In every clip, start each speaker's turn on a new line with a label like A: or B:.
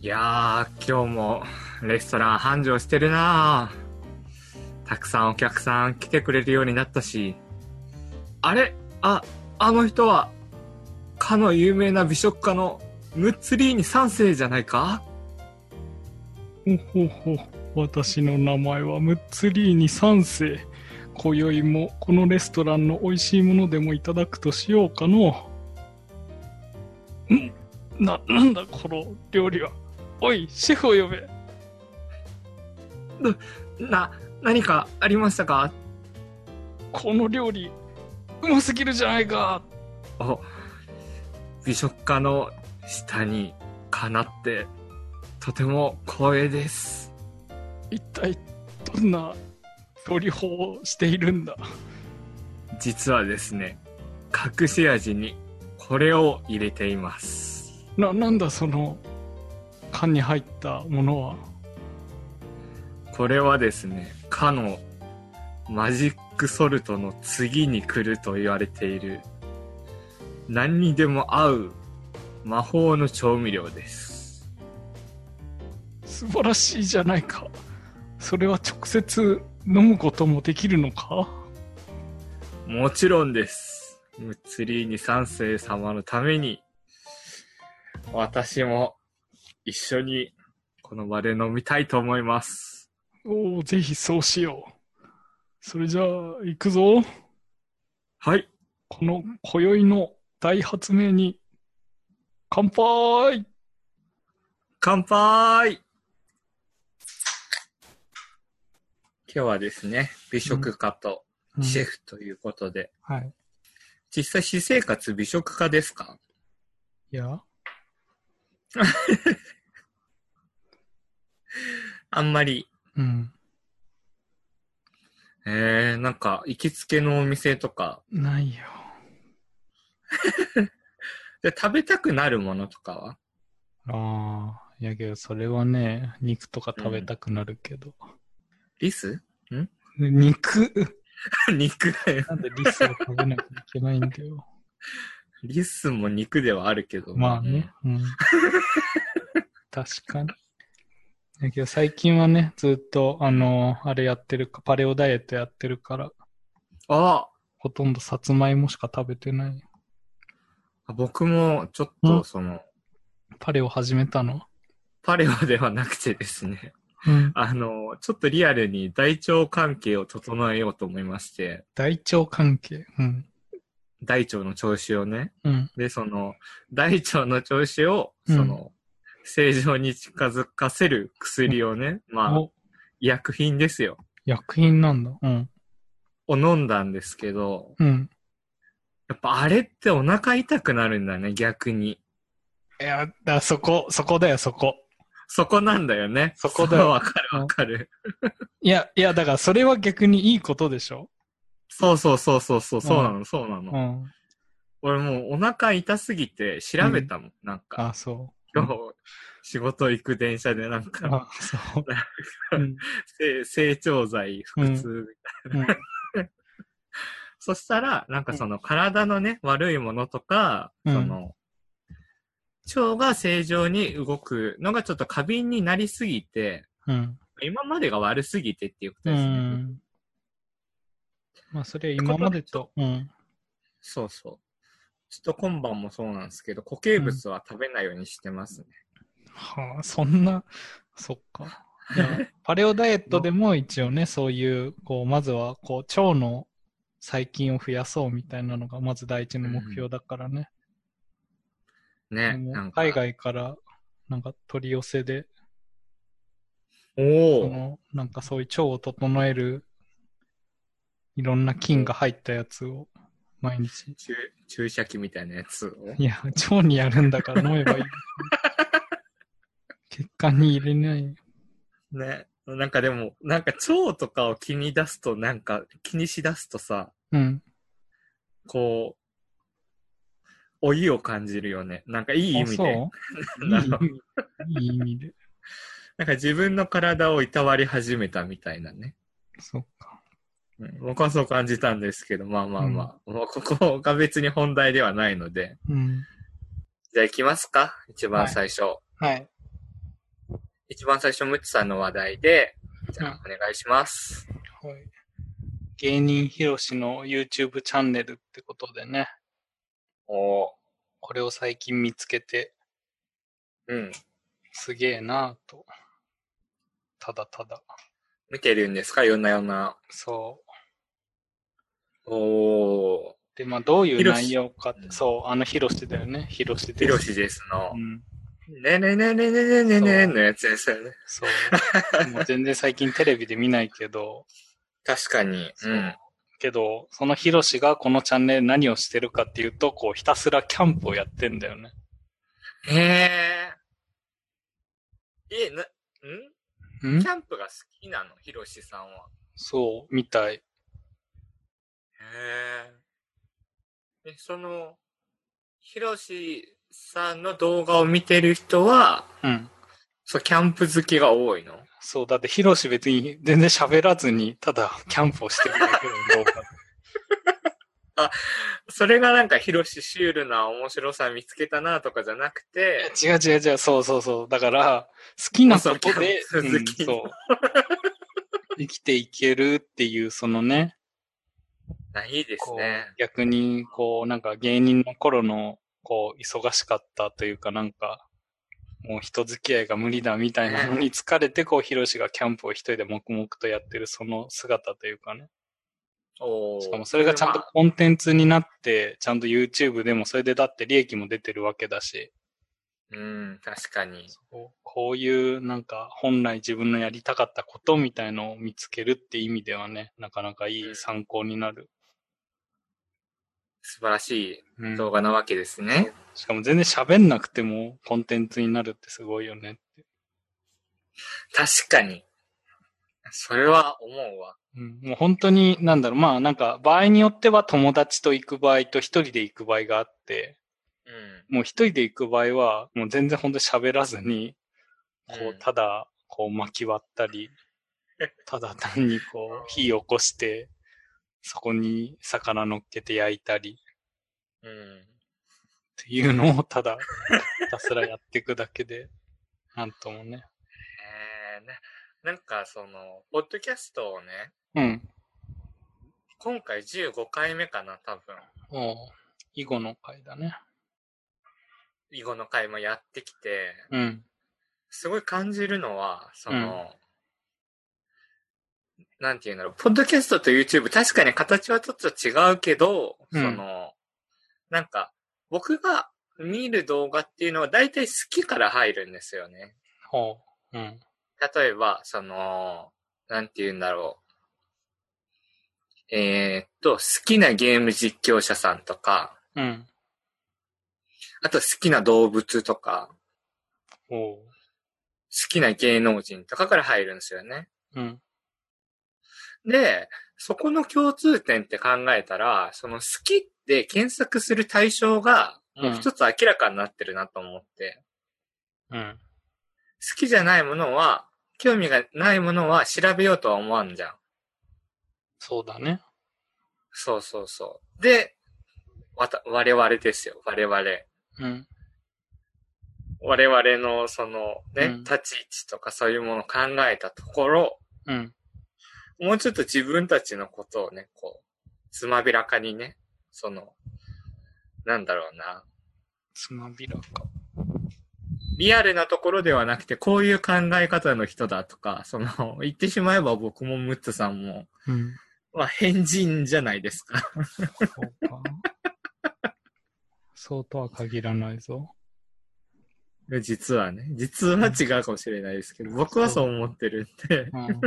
A: いやー、今日もレストラン繁盛してるなーたくさんお客さん来てくれるようになったし、あれあ、あの人は、かの有名な美食家のムッツリーニ3世じゃないか
B: ほほほ、 私の名前はムッツリーニ三世。今宵もこのレストランの美味しいものでもいただくとしようかの。んな、なんだこの料理は。おい、シェフを呼べ。
A: な、何かありましたか
B: この料理、うますぎるじゃないか。
A: お、美食家の下にかなって、とても光栄です。
B: 一体、どんな調理法をしているんだ。
A: 実はですね、隠し味にこれを入れています。
B: な、なんだその、缶に入ったものは。
A: これはですね、かのマジックソルトの次に来ると言われている、何にでも合う魔法の調味料です。
B: 素晴らしいじゃないかそれは直接飲むこともできるのか
A: もちろんです。ムツリーニ三世様のために、私も一緒にこの場で飲みたいと思います。
B: おおぜひそうしようそれじゃあ行くぞ
A: はい。
B: この今宵の大発明に乾杯
A: 乾杯今日はですね、美食家とシェフということで、
B: はい
A: 実際私生活美食家ですか
B: いや
A: あんまり。
B: うん
A: えー、なんか、行きつけのお店とか、
B: ないよ
A: で、食べたくなるものとかは
B: ああいやけどそれはね肉とか食べたくなるけど、
A: リス
B: 肉
A: 肉だよ。
B: なんでリスを食べなきゃいけないんだよ
A: リスも肉ではあるけど。
B: まあね。、うん。 確かに。だけど最近はね、ずっと、あのあれやってるか、パレオダイエットやってるから、
A: あ
B: ほとんどさつまいもしか食べてない。
A: 僕も、ちょっ
B: う
A: と、
B: ん
A: その、
B: パレオ始めたの。
A: パレオではなくてですね、
B: うん。
A: あの、ちょっとリアルに大腸関係を整えようと思いまして、
B: 大腸関係。うん。
A: 大腸の調子をね、
B: うん。
A: で、その、大腸の調子を、その、正常に近づかせる薬をね、まあ、
B: お、
A: 医薬品ですよ。
B: 薬品なんだ。うん。
A: を飲んだんですけど、
B: うん。
A: やっぱあれってお腹痛くなるんだね、逆に。
B: いや、だそこ、そこだよ、そこ。
A: そこなんだよね。
B: そこだよ
A: そうわかるわかる。
B: いや、いや、だからそれは逆にいいことでしょ。
A: そうそうそうそうそう、そうなの、そうなの。
B: うん。
A: 俺もうお腹痛すぎて調べたもん、なんか。
B: あ、そ
A: 今日、仕事行く電車でなん
B: う。
A: か、
B: あ、そう。うん。
A: せ成長剤、腹痛、
B: うん。
A: そしたら、なんかその体のね、悪いものとか、
B: うん
A: その、腸が正常に動くのがちょっと過敏になりすぎて、
B: うん。
A: 今までが悪すぎてっていうこと
B: う
A: ですね。
B: ん。まあ、それは今までと、うん。
A: そうそう。ちょっと今晩もそうなんですけど、固形物は食べないようにしてますね。
B: はあ、そんな、そっか。いやパレオダイエットでも一応ね、そういう、こう、まずは、こう、腸の細菌を増やそうみたいなのが、まず第一の目標だからね。
A: ね、
B: でも
A: なんか。
B: 海外から、なんか取り寄せで、
A: お
B: そ
A: お、
B: のなんかそういう腸を整える、いろんな菌が入ったやつを、毎日。
A: 注注射器みたいなやつを。
B: いや、腸にやるんだから飲 めばいい。血管に入れない。
A: ね。なんかでも、なんか腸とかを気に出すと、なんか気にしだすとさ、
B: うん。
A: こう、老いを感じるよね。なんかいい意味で。
B: あそ う
A: なの
B: いい意味いい意味で。
A: なんか自分の体をいたわり始めたみたいなね。
B: そっか。
A: うん僕はそう感じたんですけど、まあまあまあ。もうここが別に本題ではないので。
B: うん。
A: じゃあ行きますか一番最初。
B: はい。
A: 一番最初、ムッツさんの話題で、じゃ
B: うん
A: あ、お願いします。
B: はい。芸人ひろしの YouTube チャンネルってことでね、
A: おー
B: これを最近見つけて、
A: うん。
B: すげえなぁと。ただただ。
A: 見てるんですかいろんなような。
B: そう。
A: おー、
B: で、まあ、どうい
A: ひ
B: う
A: ろし
B: 内容かって、そう、あの、ひろしだよね。ひろしです。
A: ひろしですの
B: う、ん。
A: ねねねねねねねねのやつですよね。
B: そう。もう全然最近テレビで見ないけど、
A: 確かに。。
B: そううんけど、そのヒロシがこのチャンネル何をしてるかっていうと、こう、ひたすらキャンプをやってんだよね。
A: へえ。え、な、ん
B: ん
A: キャンプが好きなのひろしさんは。
B: そう、みたい。
A: へえ。え、その、ひろしさんの動画を見てる人は、
B: うん。
A: そう、キャンプ好きが多いの
B: そう、だってヒロシ別に全然喋らずに、ただキャンプをしてるだけの動 画。
A: それがなんかひろしシュールな面白さ見つけたなとかじゃなくて、
B: 違う違う違う、そうそうそう。だから、好きなことで、
A: そうキャンプ好き
B: うんそう。生きていけるっていう、そのね、
A: あいいです
B: こう
A: ね。
B: 逆に、こう、なんか芸人の頃の、こう、忙しかったというか、なんか、もう人付き合いが無理だみたいなのに疲れて、こう、ヒロシがキャンプを一人で黙々とやってるその姿というかね。
A: おー
B: しかもそれがちゃんと
A: まあ
B: コンテンツになって、ちゃんと YouTube でもそれでだって利益も出てるわけだし、
A: うん、確かに。
B: こうこういうなんか本来自分のやりたかったことみたいのを見つけるって意味ではね、なかなかいい参考になる。
A: 素晴らし
B: うん
A: い動画なわけですね。
B: しかも全然喋んなくてもコンテンツになるってすごいよねって。
A: 確かに。それは思うわ。
B: うん、もう本当に、なんだろう、まあなんか場合によっては友達と行く場合と一人で行く場合があって、
A: うん。
B: もう一人で行く場合は、もう全然本当に喋らずに、こ
A: う
B: う、
A: ん
B: ただ、こう巻き割ったり、ただ単にこう、火起こして、そこに魚乗っけて焼いたり、
A: うん。
B: っていうのをただ、ひたすらやっていくだけで、なんともね。
A: えーななんかその、ポッドキャストをね、
B: うん。
A: 今回15回目かな、多分。
B: おう囲碁の回だね。
A: 囲碁の回もやってきて、
B: うん。
A: すごい感じるのは、その、なんていうんだろう、ポッドキャストと YouTube、確かに形はちょっと違うけど、
B: うん
A: その、なんか、僕が見る動画っていうのは大体好きから入るんですよね。
B: ほう。うん。
A: 例えば、その、なんて言うんだろう。えーっと、好きなゲーム実況者さんとか、
B: うん。
A: あと好きな動物とか、
B: おう。
A: 好きな芸能人とかから入るんですよね。
B: うん。
A: で、そこの共通点って考えたら、その好きって検索する対象が
B: うん。
A: 一つ明らかになってるなと思って、
B: うん。
A: 好きじゃないものは、興味がないものは調べようとは思わんじゃん。
B: そうだね。
A: そうそうそう。で、わた、我々ですよ、我々。
B: うん。
A: 我々のそのね、
B: うん
A: 立ち位置とかそういうものを考えたところ、
B: うん。
A: もうちょっと自分たちのことをね、こう、つまびらかにね、その、なんだろうな。
B: つまびらか。
A: リアルなところではなくて、こういう考え方の人だとか、その、言ってしまえば僕もムッツさんも、
B: うん。
A: まあ、変人じゃないですか。
B: そうか。 そうとは限らないぞ。
A: 実はね、実は違うかもしれないですけど、僕はそう思ってるんで、
B: うん。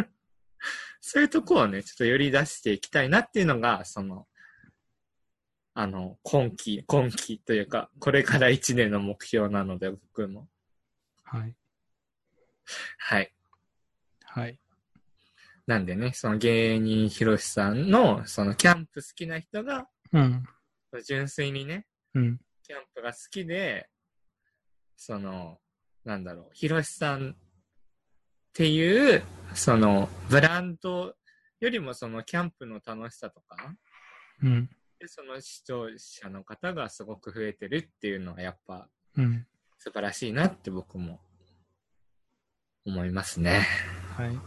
A: そういうとこをね、ちょっとより出していきたいなっていうのが、その、あの、今期、今期というか、これから1年の目標なので、僕の。
B: はい。
A: はい。
B: はい。
A: なんでね、その芸人ひろしさんの、そのキャンプ好きな人が、
B: うん。
A: 純粋にね、
B: うん。
A: キャンプが好きで、その、なんだろう、ひろしさんっていう、その、ブランドよりもそのキャンプの楽しさとか、
B: うん。
A: でその視聴者の方がすごく増えてるっていうのはやっぱ
B: うん。
A: 素晴らしいなって僕も思いますね。
B: はい。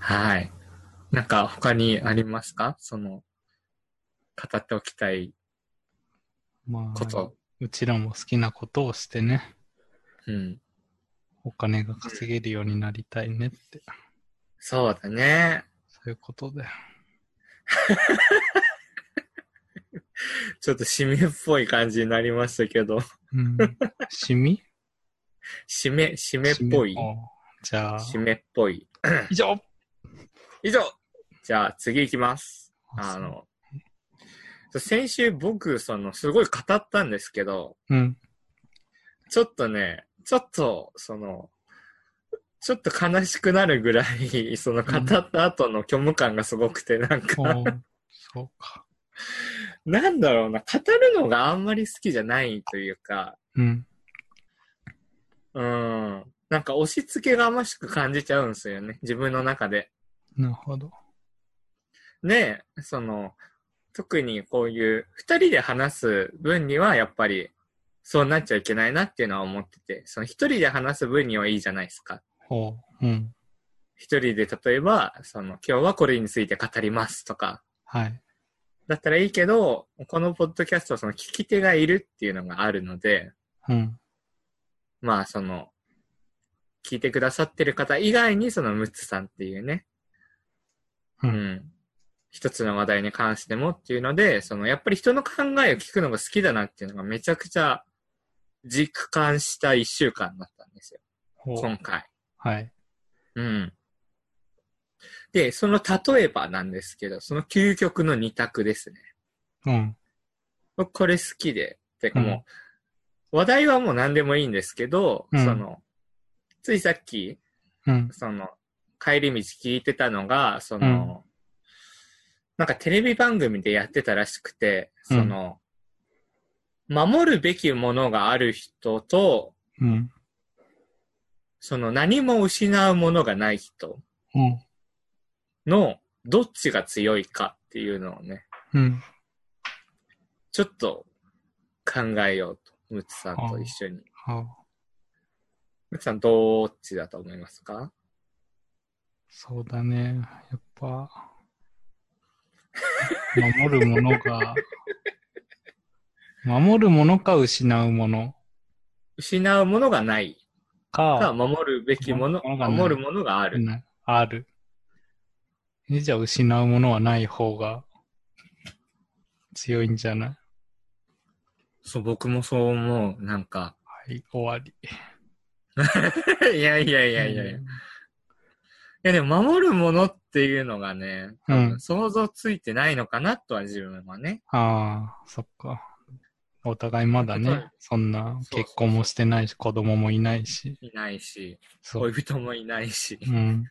A: はい。なんか他にありますかその、語っておきたい
B: ま
A: こ
B: あ、
A: と。
B: うちらも好きなことをしてね、
A: うん。
B: お金が稼げるようになりたいねって、
A: そうだね。
B: そういうことで。
A: ちょっと締めっぽい感じになりましたけど。
B: うん。シミ
A: 締め、締めっぽい
B: シミあじゃあ、
A: 締めっぽい。
B: 以上
A: 以上じゃあ次行きます。
B: あ
A: あの、そう先週僕、その、すごい語ったんですけど、
B: うん。
A: ちょっとね、ちょっと、その、ちょっと悲しくなるぐらい、 その語った後の虚無感がすごくて、なん
B: お
A: か、
B: ーそうか。
A: なんだろうな、語るのがあんまり好きじゃないというか、
B: うん。
A: うん、なんか押し付けがましく感じちゃうんですよね、自分の中で。
B: なるほど。
A: ねその、特にこういう二人で話す分にはやっぱりそうなっちゃいけないなっていうのは思ってて、その一人で話す分にはいいじゃないですか。
B: おう。うん。
A: 一人で例えば、その今日はこれについて語りますとか、
B: はい。
A: だったらいいけど、このポッドキャストはその聞き手がいるっていうのがあるので、
B: うん。
A: まあその、聞いてくださってる方以外にそのムッツさんっていうね、
B: う。
A: うんん。一つの話題に関してもっていうので、そのやっぱり人の考えを聞くのが好きだなっていうのがめちゃくちゃ実感した一週間だったんですよ。
B: おう
A: 今回。
B: はい。
A: うん。で、その例えばなんですけど、その究極の二択ですね。
B: うん。
A: 僕これ好きで。てか
B: うん
A: もう、話題はもう何でもいいんですけど、
B: うん
A: その、ついさっき、
B: うん。
A: その、帰り道聞いてたのが、その、なんかテレビ番組でやってたらしくて、その、守るべきものがある人と、
B: うん。
A: その何も失うものがない人
B: うん。
A: のどっちが強いかっていうのをね、
B: うん。
A: ちょっと考えようと。ムツさんと一緒に。
B: ああ
A: ムツさんどっちだと思いますか
B: そうだね。やっぱ、守るもの が、守るものか失うもの
A: 失うものがないか、
B: か、
A: 守るべきもの、
B: 守
A: 守
B: るものがない
A: るものがある。
B: なある。えじゃあ失うものはない方が強いんじゃない
A: そう、僕もそう思う。なんか、
B: はい、終わり。
A: いやいやい
B: い
A: やいやいや。いやでも、守るものっていうのがね、多
B: うん
A: 分想像ついてないのかなとは自分はね。
B: ああ、そっか。お互いまだ
A: そう
B: ね、そんな
A: そうそう
B: 結婚もしてないし、子供もいないし、
A: いないし、
B: そう
A: 恋人もいないし。
B: うん。だ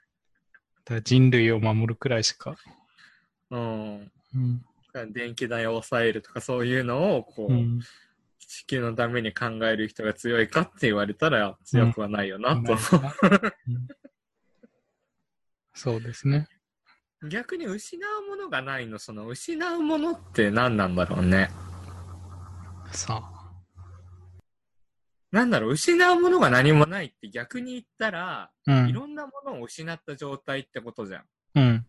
B: から人類を守るくらいしか。
A: うん。
B: うん。
A: 電気代を抑えるとかそういうのを、こう、
B: うん。
A: 地球のために考える人が強いかって言われたら強くはないよなと
B: ないかなうんそうですね。
A: 逆に失うものがないの、その失うものって何なんだろうね。
B: さあ。
A: なんだろう、失うものが何もないって逆に言ったら、
B: う
A: い
B: ん。
A: ろんなものを失った状態ってことじゃん。
B: うん。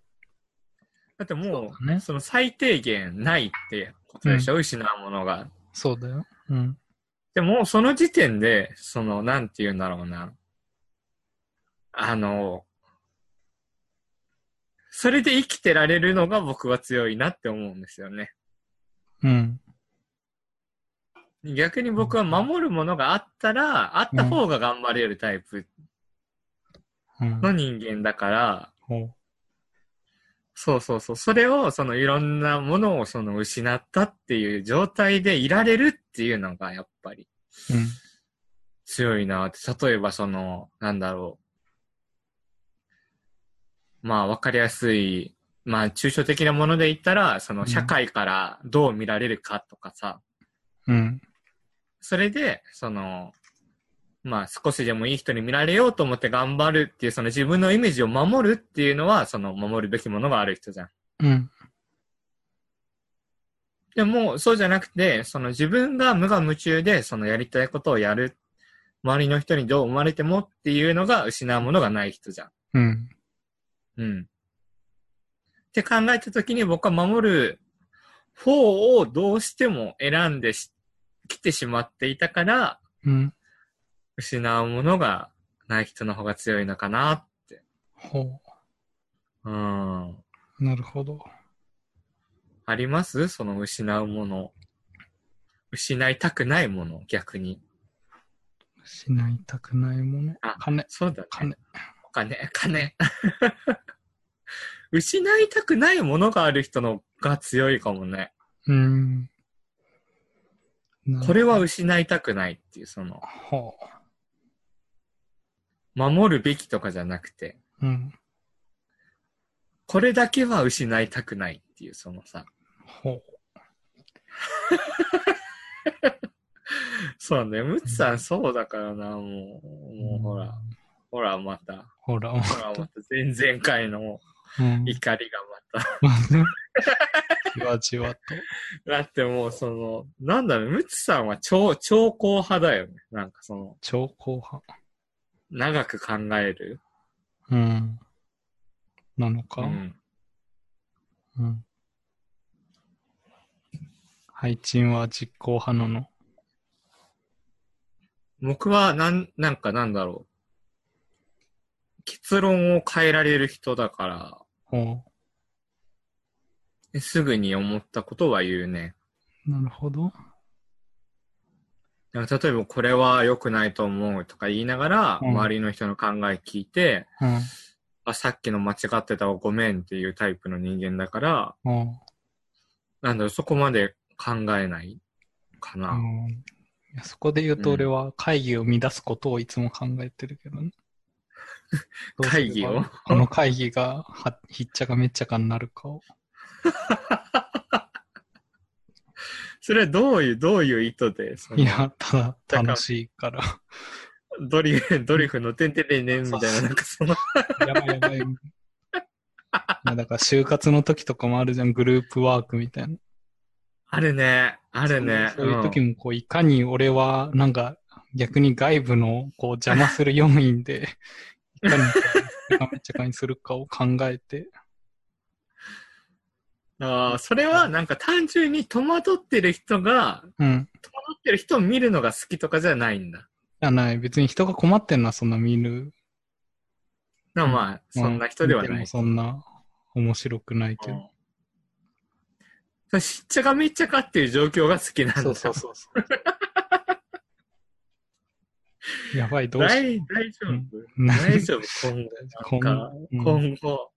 A: だっても
B: そう
A: う、
B: だね
A: その最低限ないってことでしょ、失うものが。
B: そうだよ。うん。
A: でも、その時点で、その、なんて言うんだろうな。あの、それで生きてられるのが僕は強いなって思うんですよね。
B: うん。
A: 逆に僕は守るものがあったら、あった方が頑張れるタイプ
B: うん。
A: の人間だから、
B: ほう
A: そうそうそう。それを、そのいろんなものをその失ったっていう状態でいられるっていうのがやっぱり
B: うん。
A: 強いなって。例えばその、なんだろう。まあわかりやすい、まあ抽象的なもので言ったら、その社会からどう見られるかとかさ、
B: うん。
A: それで、その、まあ少しでもいい人に見られようと思って頑張るっていう、その自分のイメージを守るっていうのは、その守るべきものがある人じゃん。
B: うん。
A: でも、そうじゃなくて、その自分が無我夢中で、そのやりたいことをやる。周りの人にどう思われてもっていうのが失うものがない人じゃん。
B: うん。
A: うん。って考えたときに僕は守る方をどうしても選んでし来てしまっていたから、
B: うん。
A: 失うものがない人の方が強いのかなって。
B: ほ
A: うん。
B: う。なるほど。
A: ありますその失うもの。失いたくないもの、逆に。
B: 失いたくないもの
A: あ。
B: 金。
A: そうだね。
B: 金。
A: お金、金。 失いたくないものがある人のが強いかもね。
B: うん。なるほど
A: これは失いたくないっていう、その、
B: ほ
A: 守るべきとかじゃなくて、
B: う。うん。
A: これだけは失いたくないっていう、そのさ、
B: ほう。
A: そうね、むつさんそうだからな、もう、もうほら、。ほらまた、
B: ほら。
A: ほらまた、前々回の
B: うん。
A: 怒りがまた。
B: じわじわと。
A: だってもう、その、なんだろう、むつさんは超、超硬派だよね。なんかその、
B: 超後半。
A: 長く考える。
B: うん。なの
A: う
B: か。
A: ん。
B: うん。配信は実行派なの。
A: 僕は、なん、なんかなんだろう。結論を変えられる人だから
B: ほ
A: え、すぐに思ったことは言うね。
B: う。なるほど。
A: だから例えば、これは良くないと思うとか言いながら、
B: うん
A: 周りの人の考え聞いて、
B: うん。
A: あ、さっきの間違ってたわごめんっていうタイプの人間だから、
B: うん。
A: なんだろう、そこまで考えないかな。
B: うんいやそこで言うと
A: うん
B: 俺は会議を乱すことをいつも考えてる けどね。どうす
A: 会
B: れば
A: 議を
B: この会議がはひっちゃかめっちゃかになるかを。
A: それはどういう、どういう意図で、その
B: いや、た
A: だ
B: だ
A: から
B: 楽しいから。
A: ドリフ、ドリフのてんてんてんてんみたいな、なんかその、
B: やばいやばい。いやだから就活の時とかもあるじゃん、グループワークみたいな。
A: あるね、あるね。
B: そういう時
A: ん
B: も、こう、いかに俺は、なんか、逆に外部の、こう、邪魔する要因で、いかに、めっちゃかにするかを考えて、
A: あーそれはなんか単純に戸惑ってる人が、
B: うん。
A: 戸惑ってる人を見るのが好きとかじゃないんだ。
B: じゃない。別に人が困ってんのはそんな見る。
A: だからまあ、そんな人では
B: 見て
A: な
B: も
A: い。
B: そんな、面白くないけ
A: う
B: ど。
A: んそうしっちゃかめっちゃかっていう状況が好きなんだ。
B: そうそうそうそう。やばい、どうしよ
A: 大大丈夫
B: う。な
A: 大 丈夫今後。なんか
B: 今後
A: 今後、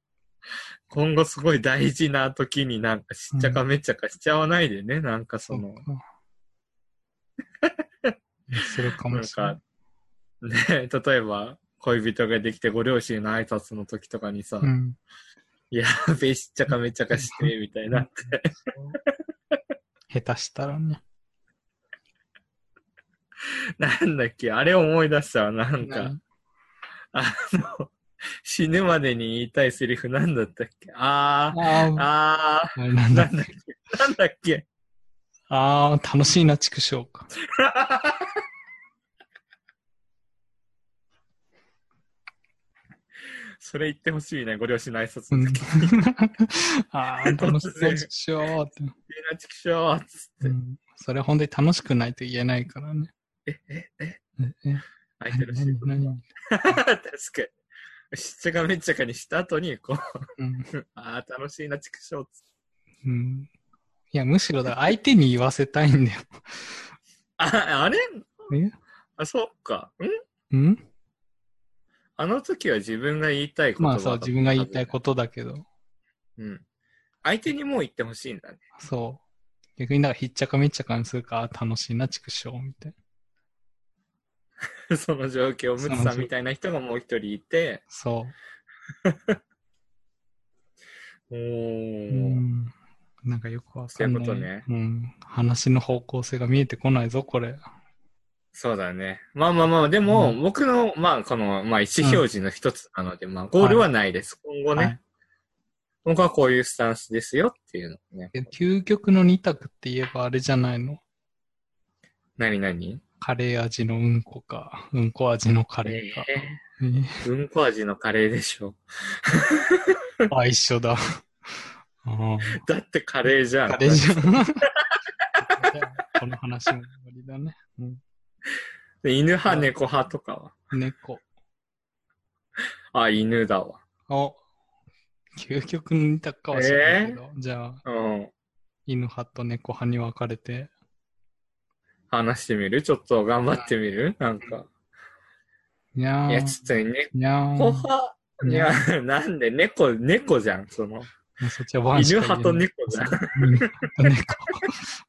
A: 今後すごい大事な時になんかしっちゃかめっちゃかしちゃわないでね、なんかその、
B: するかもしれない。
A: ね、例えば恋人ができてご両親の挨拶の時とかにさ、
B: うん。
A: やべえ、しっちゃかめっちゃかして、みたいな。
B: 下手したらね。
A: なんだっけ、あれ思い出したわ、なんか。あの、死ぬまでに言いたいセリフなんだったっけあー、
B: あー
A: あ
B: あれな
A: ー、
B: ん
A: な
B: だ
A: んだっけ、なんだっけ。
B: ああ、楽しいな、畜生か。
A: それ言ってほしいね、ご両親の挨拶
B: う
A: の
B: ん
A: 時。いい
B: ああ、楽しそう、畜生って。
A: な、ちくしょう、つって。
B: うんそれ本当に楽しくないと言えないからね。
A: え、え、え、
B: え、え、
A: 相手の仕
B: 何
A: 事。
B: 何
A: 確かに。しっちゃかめっちゃかにした後に、こう、
B: うん
A: あー、楽しいな、ちくしょう、つって。
B: うんいや、むしろだ、相手に言わせたいん だよ。
A: あ、あれ
B: え
A: あ、そっか。ん
B: うん
A: あの時は自分が言いたいこと
B: まあそう、自分が言いたいことだけど、
A: と。うん。相手にもう言ってほしいんだね。
B: そう。逆に、だから、ひっちゃかめっちゃかにするから、あー楽しいな、畜生、みたいな。
A: その状況、ムツさんみたいな人がもう一人いて、
B: そ
A: お
B: う。
A: ー、
B: うん。なんかよくわかんない。
A: そういうこと
B: うん。話の方向性が見えてこないぞ、これ。
A: そうだね。まあまあまあ、でも、
B: うん
A: 僕の、まあ、この、まあ、意思表示の一つなので、まあ、ゴールはないです。今後ね、
B: はい
A: 僕はこういうスタンスですよっていうのね。
B: え究極の二択って言えばあれじゃないの
A: 何何
B: カレー味のうんこか、うんこ味のカレーか。ね
A: えうんこ味のカレーでしょ。
B: あ、一緒だ。あー
A: だってカレーじゃん。
B: カレーじゃん。この話も終わりだね。うん
A: 犬派、猫派とかは。
B: 猫。
A: あ、犬だわ。
B: お、究極に似たかはしれないけど、じゃあ、
A: うん。
B: 犬派と猫派に分かれて、
A: 話してみるちょっと頑張ってみるなんか。
B: にゃ
A: いや、
B: ーん、
A: ちょっとね
B: にゃ
A: 猫
B: ーん。
A: 派。
B: うん
A: いや、なんで猫、猫じゃん、その。
B: そっちはワンし
A: 犬
B: か
A: 派と
B: 言えない
A: 猫じゃん。
B: 犬派と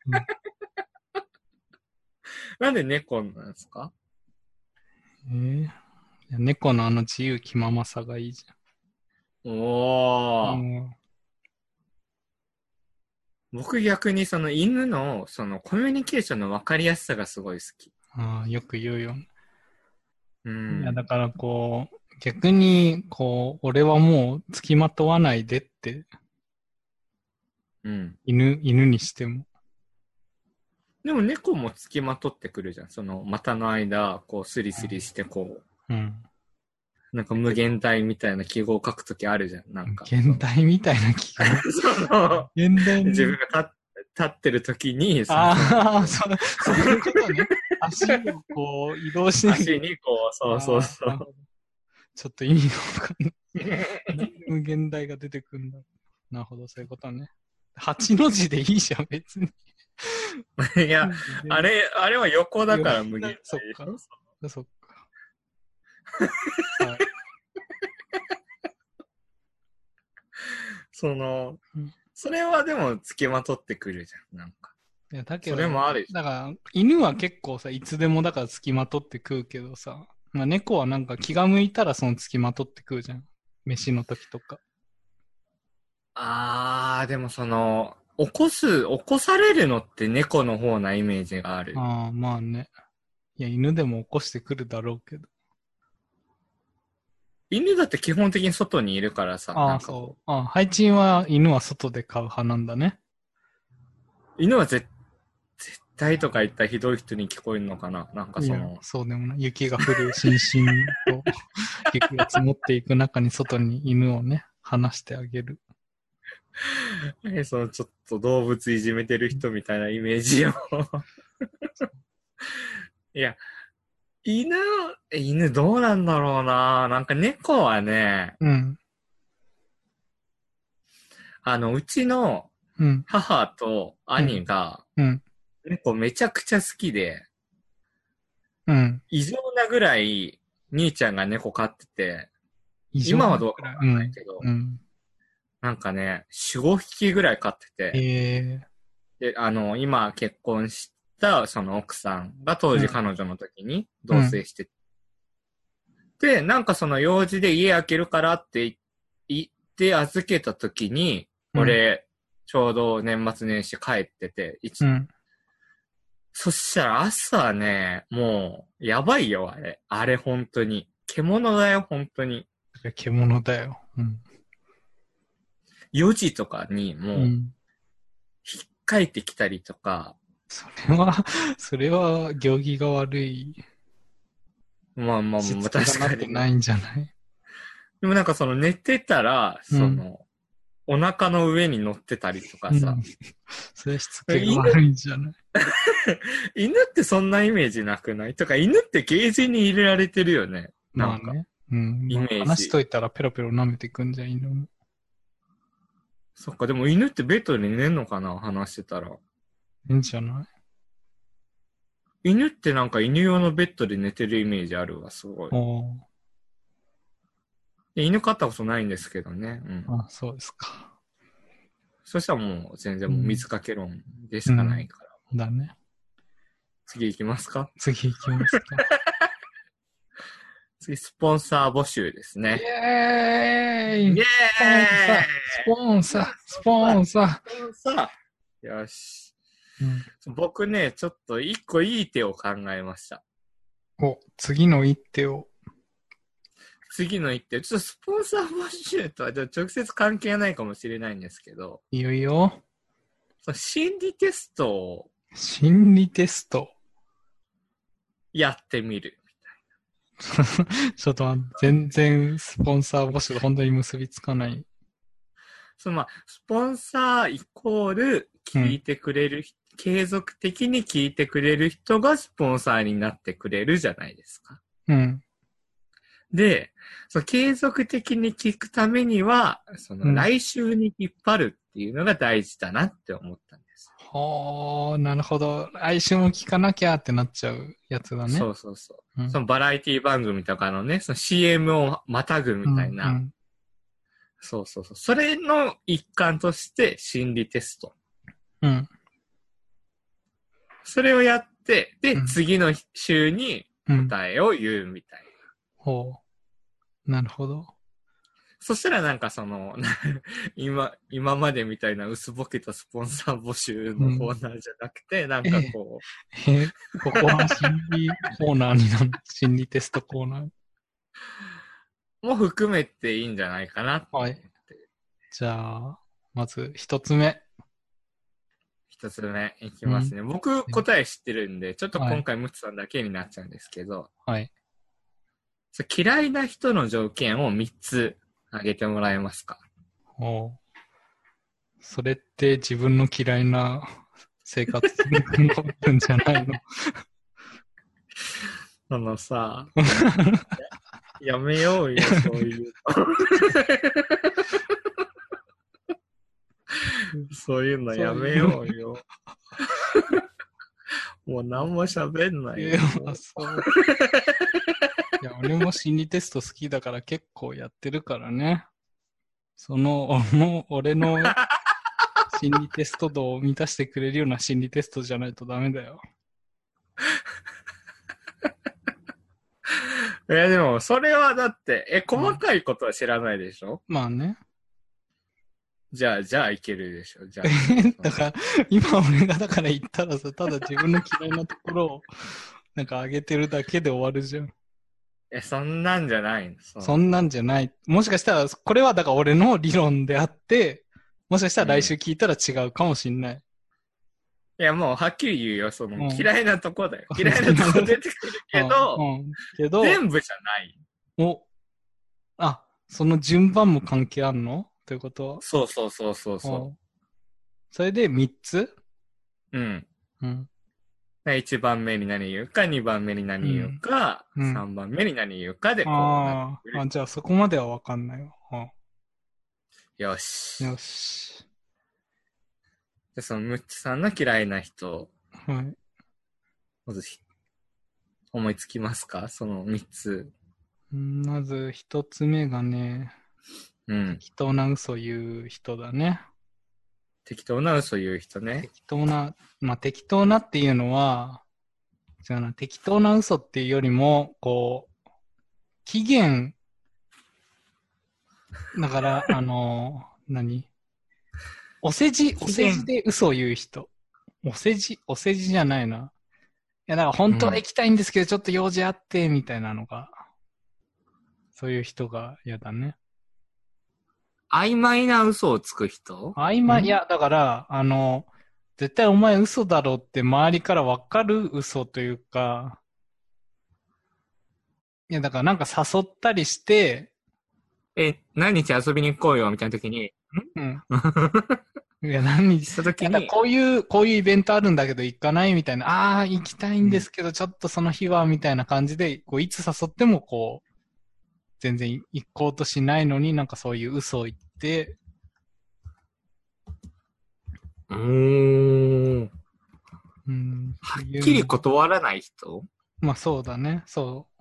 B: 猫。
A: なんで猫なんですか
B: えーいや猫のあの自由気ままさがいいじ
A: お
B: ゃ
A: ー。
B: ん。うん
A: 僕逆にその犬のそのコミュニケーションの分かりやすさがすごい好き。
B: あーよく言うよね。
A: う
B: いや
A: ん。
B: だからこう、逆に、こう、俺はもう付きまとわないでって、
A: うん。
B: 犬、犬にしても。
A: でも猫もつきまとってくるじゃん。その股の間、こうスリスリしてこ
B: うん。
A: う、なんか無限大みたいな記号を書くときあるじゃん。なんか。
B: 現代みたいな気が。
A: その、
B: 現代に
A: 自分が立っ立ってるときに、その
B: ああ、そう、そういうことね。足をこう移動しなきゃ
A: 足にこう、そうそうそ
B: あー
A: う。
B: ちょっと意味がわかんない。無限大が出てくるんだ。なるほど、そういうことね。八の字でいいじゃん、別に。
A: いや、あれ、あれは横だから無限大でしょ。
B: そっそっか。はい
A: その
B: うん、
A: それはでもつきまとってくるじゃん。なんか。
B: いや、だけ
A: そ
B: ど、
A: れもある
B: だから、犬は結構さ、いつでもだから付きまとって食うけどさ、まあ、猫はなんか気が向いたらその付きまとって食うじゃん。飯の時とか。
A: あー、でもその、起こす、起こされるのって猫の方なイメージがある。
B: ああ、まあね。いや、犬でも起こしてくるだろうけど。
A: 犬だって基本的に外にいるからさ、
B: あ
A: な
B: あ、
A: んか
B: そう。ああ、配置は犬は外で買う派なんだね。
A: 犬は絶絶対とか言ったらひどい人に聞こえるのかななんか
B: い
A: そ
B: や
A: の、、
B: そうでもない。雪が降る、しんしんと、 雪が積もっていく中に外に犬をね、離してあげる。
A: えそのちょっと動物いじめてる人みたいなイメージを。 いや、犬、犬どうなんだろうななんか猫はね、
B: うん。
A: あの、うちの
B: うん。
A: 母と兄が
B: うん。
A: 猫めちゃくちゃ好きで、
B: うん。
A: 異常なぐらい、兄ちゃんが猫飼ってて、今はどうかわかんないけど、
B: うん。
A: なんかね、4、5匹ぐらい飼ってて、
B: え
A: で、あの、今結婚した、その奥さんが当時彼女の時に同棲してて、で、なんかその用事で家開けるからって言って預けた時に、
B: うん
A: 俺、ちょうど年末年始帰ってて、一
B: ー、うん。
A: そしたら朝ね、もう、やばいよ、あれ。あれ、本当に。獣だよ、本当に。
B: それ獣だよ。うん。
A: 4時とかにも
B: う
A: う、
B: ん。
A: 引っかいてきたりとか、
B: それは、 それは、行儀が悪い。
A: まあまあ
B: し
A: まあ、
B: つけが
A: 確
B: な
A: か
B: って
A: に。
B: ないんじゃない
A: でもなんかその寝てたら、
B: うん
A: その、お腹の上に乗ってたりとかさ、
B: うんそれはしつけが悪いんじゃない
A: 犬ってそんなイメージなくないとか、犬ってゲージに入れられてるよね。な
B: ま
A: んか
B: あね。うん。
A: イメージ
B: 話しといたらペロペロ舐めてくんじゃいいの
A: そっか、でも犬ってベッドに寝んのかな話してたら。
B: いいんじゃない
A: 犬ってなんか犬用のベッドで寝てるイメージあるわ、すごい。
B: おー
A: で犬飼ったことないんですけどね。うん。
B: あ、そうですか。
A: そしたらもう全然もう水かけ論でしかないから。
B: だね。
A: 次行きますか
B: 次行きます か。
A: 次、スポンサー募集です
B: イ
A: ね。
B: ェー
A: イ
B: イ
A: ェーイ
B: スポンサースポンサ
A: スポンサーよし。
B: ーうん
A: 僕ね、ちょっと一個いい手を考えました。
B: お、次の一手を。
A: 次の一手、ちょっとスポンサー募集とはじゃあ直接関係ないかもしれないんですけど、
B: いよいよ。
A: その心理テストを
B: 心理テスト。
A: やってみる。
B: ちょっとあ全然スポンサー募集が本当に結びつかない。
A: そのまあ、スポンサーイコール聞いてくれる人、継続的に聞いてくれる人がスポンサーになってくれるじゃないですか。
B: うん。
A: で、その継続的に聞くためには、そうの
B: ん
A: 来週に引っ張るっていうのが大事だなって思ったんです。
B: はあ、なるほど。来週も聞かなきゃってなっちゃうやつだね。
A: そうそうそう。
B: うん。
A: そのバラエティ番組とかのね、その CM をまたぐみたいな、
B: うんうん
A: そうそうそう。それの一環として心理テスト。
B: うん。
A: それをやって、で、
B: うん
A: 次の週に
B: うん。
A: 答えを言うみたいな。
B: ほう。なるほど。
A: そしたらなんかその、 な今、今までみたいな薄ぼけたスポンサー募集のコーナーじゃなくて、なんかこう、
B: え、ここは心理コーナーになる。心理テストコーナー。
A: も含めていいんじゃないかなと思って。
B: じゃあ、まず一つ目。
A: 一つ目いきますね。僕答え知ってるんで、ちょっと今回ムツさんだけになっちゃうんですけど、
B: はい。
A: そう嫌いな人の条件を3つ挙げてもらえますか
B: おうそれって自分の嫌いな生活の部分じゃないの
A: その さ、やめようよ、そういう の。そういうのやめようよ。もう何も喋んない
B: い
A: よ
B: や。まあそう。いや、俺も心理テスト好きだから結構やってるからね。その、あの俺の心理テスト度を満たしてくれるような心理テストじゃないとダメだよ。
A: いや、でも、それはだって、え、細かいことは知らないでしょ、
B: まあね。
A: じゃあ、じゃあいけるでしょじゃあ。
B: だから、今俺がだから言ったらさ、ただ自分の嫌いなところを、なんか上げてるだけで終わるじゃん。
A: え、そんなんじゃないのそ
B: そんなんじゃない。もしかしたら、これはだから俺の理論であって、もしかしたら来週聞いたら違うかもしんない。
A: いや、もう、はっきり言うよ。その、
B: うん
A: 嫌いなとこだよ。嫌いなとこ出てくるけ
B: う
A: ど、
B: んうんけど、
A: 全部じゃない。
B: お、あ、その順番も関係あんのということは。
A: そうそうそうそうそ
B: んそれで3つ
A: う。うん。
B: うん。
A: 1番目に何言うか、2番目に何言うか、
B: うんうん
A: 3番目に何言うかで、こうな
B: あ
A: ってく
B: ー
A: る
B: あ、じゃあそこまではわかんないわ。う
A: よし。
B: んよし。
A: で、その、ムッチさんの嫌いな人、
B: はい。
A: まずひ、思いつきますかその3つ。
B: うんまず1つ目がね、
A: うん。
B: 適当な嘘言う人だね。
A: 適当な嘘言う人ね。
B: 適当な、まあ適当なっていうのは、違うな、適当な嘘っていうよりも、こう、期限、だから、 あの、何お世辞、お
A: 期限
B: 世辞で嘘を言う人。お世辞、お世辞じゃないな。いや、だから本当は行きたいんですけど、ちょっと用事あって、みたいなのが、そういう人が嫌だね。
A: 曖昧な嘘をつく人
B: 曖昧、
A: うん
B: いや、だから、あの、絶対お前嘘だろって周りからわかる嘘というか、いや、だからなんか誘ったりして、
A: え、何日遊びに行こうよ、みたいな時に、
B: うん。いや、何に
A: し
B: し
A: と時
B: たら
A: に、
B: こういう、こういうイベントあるんだけど行かないみたいな、ああー、行きたいんですけど、ちょっとその日は、みたいな感じで、こういつ誘ってもこう、全然行こうとしないのになんかそういう嘘を言って、
A: うーん。
B: うん。
A: は
B: っ
A: っきり断らない人
B: まあそうだね、そう。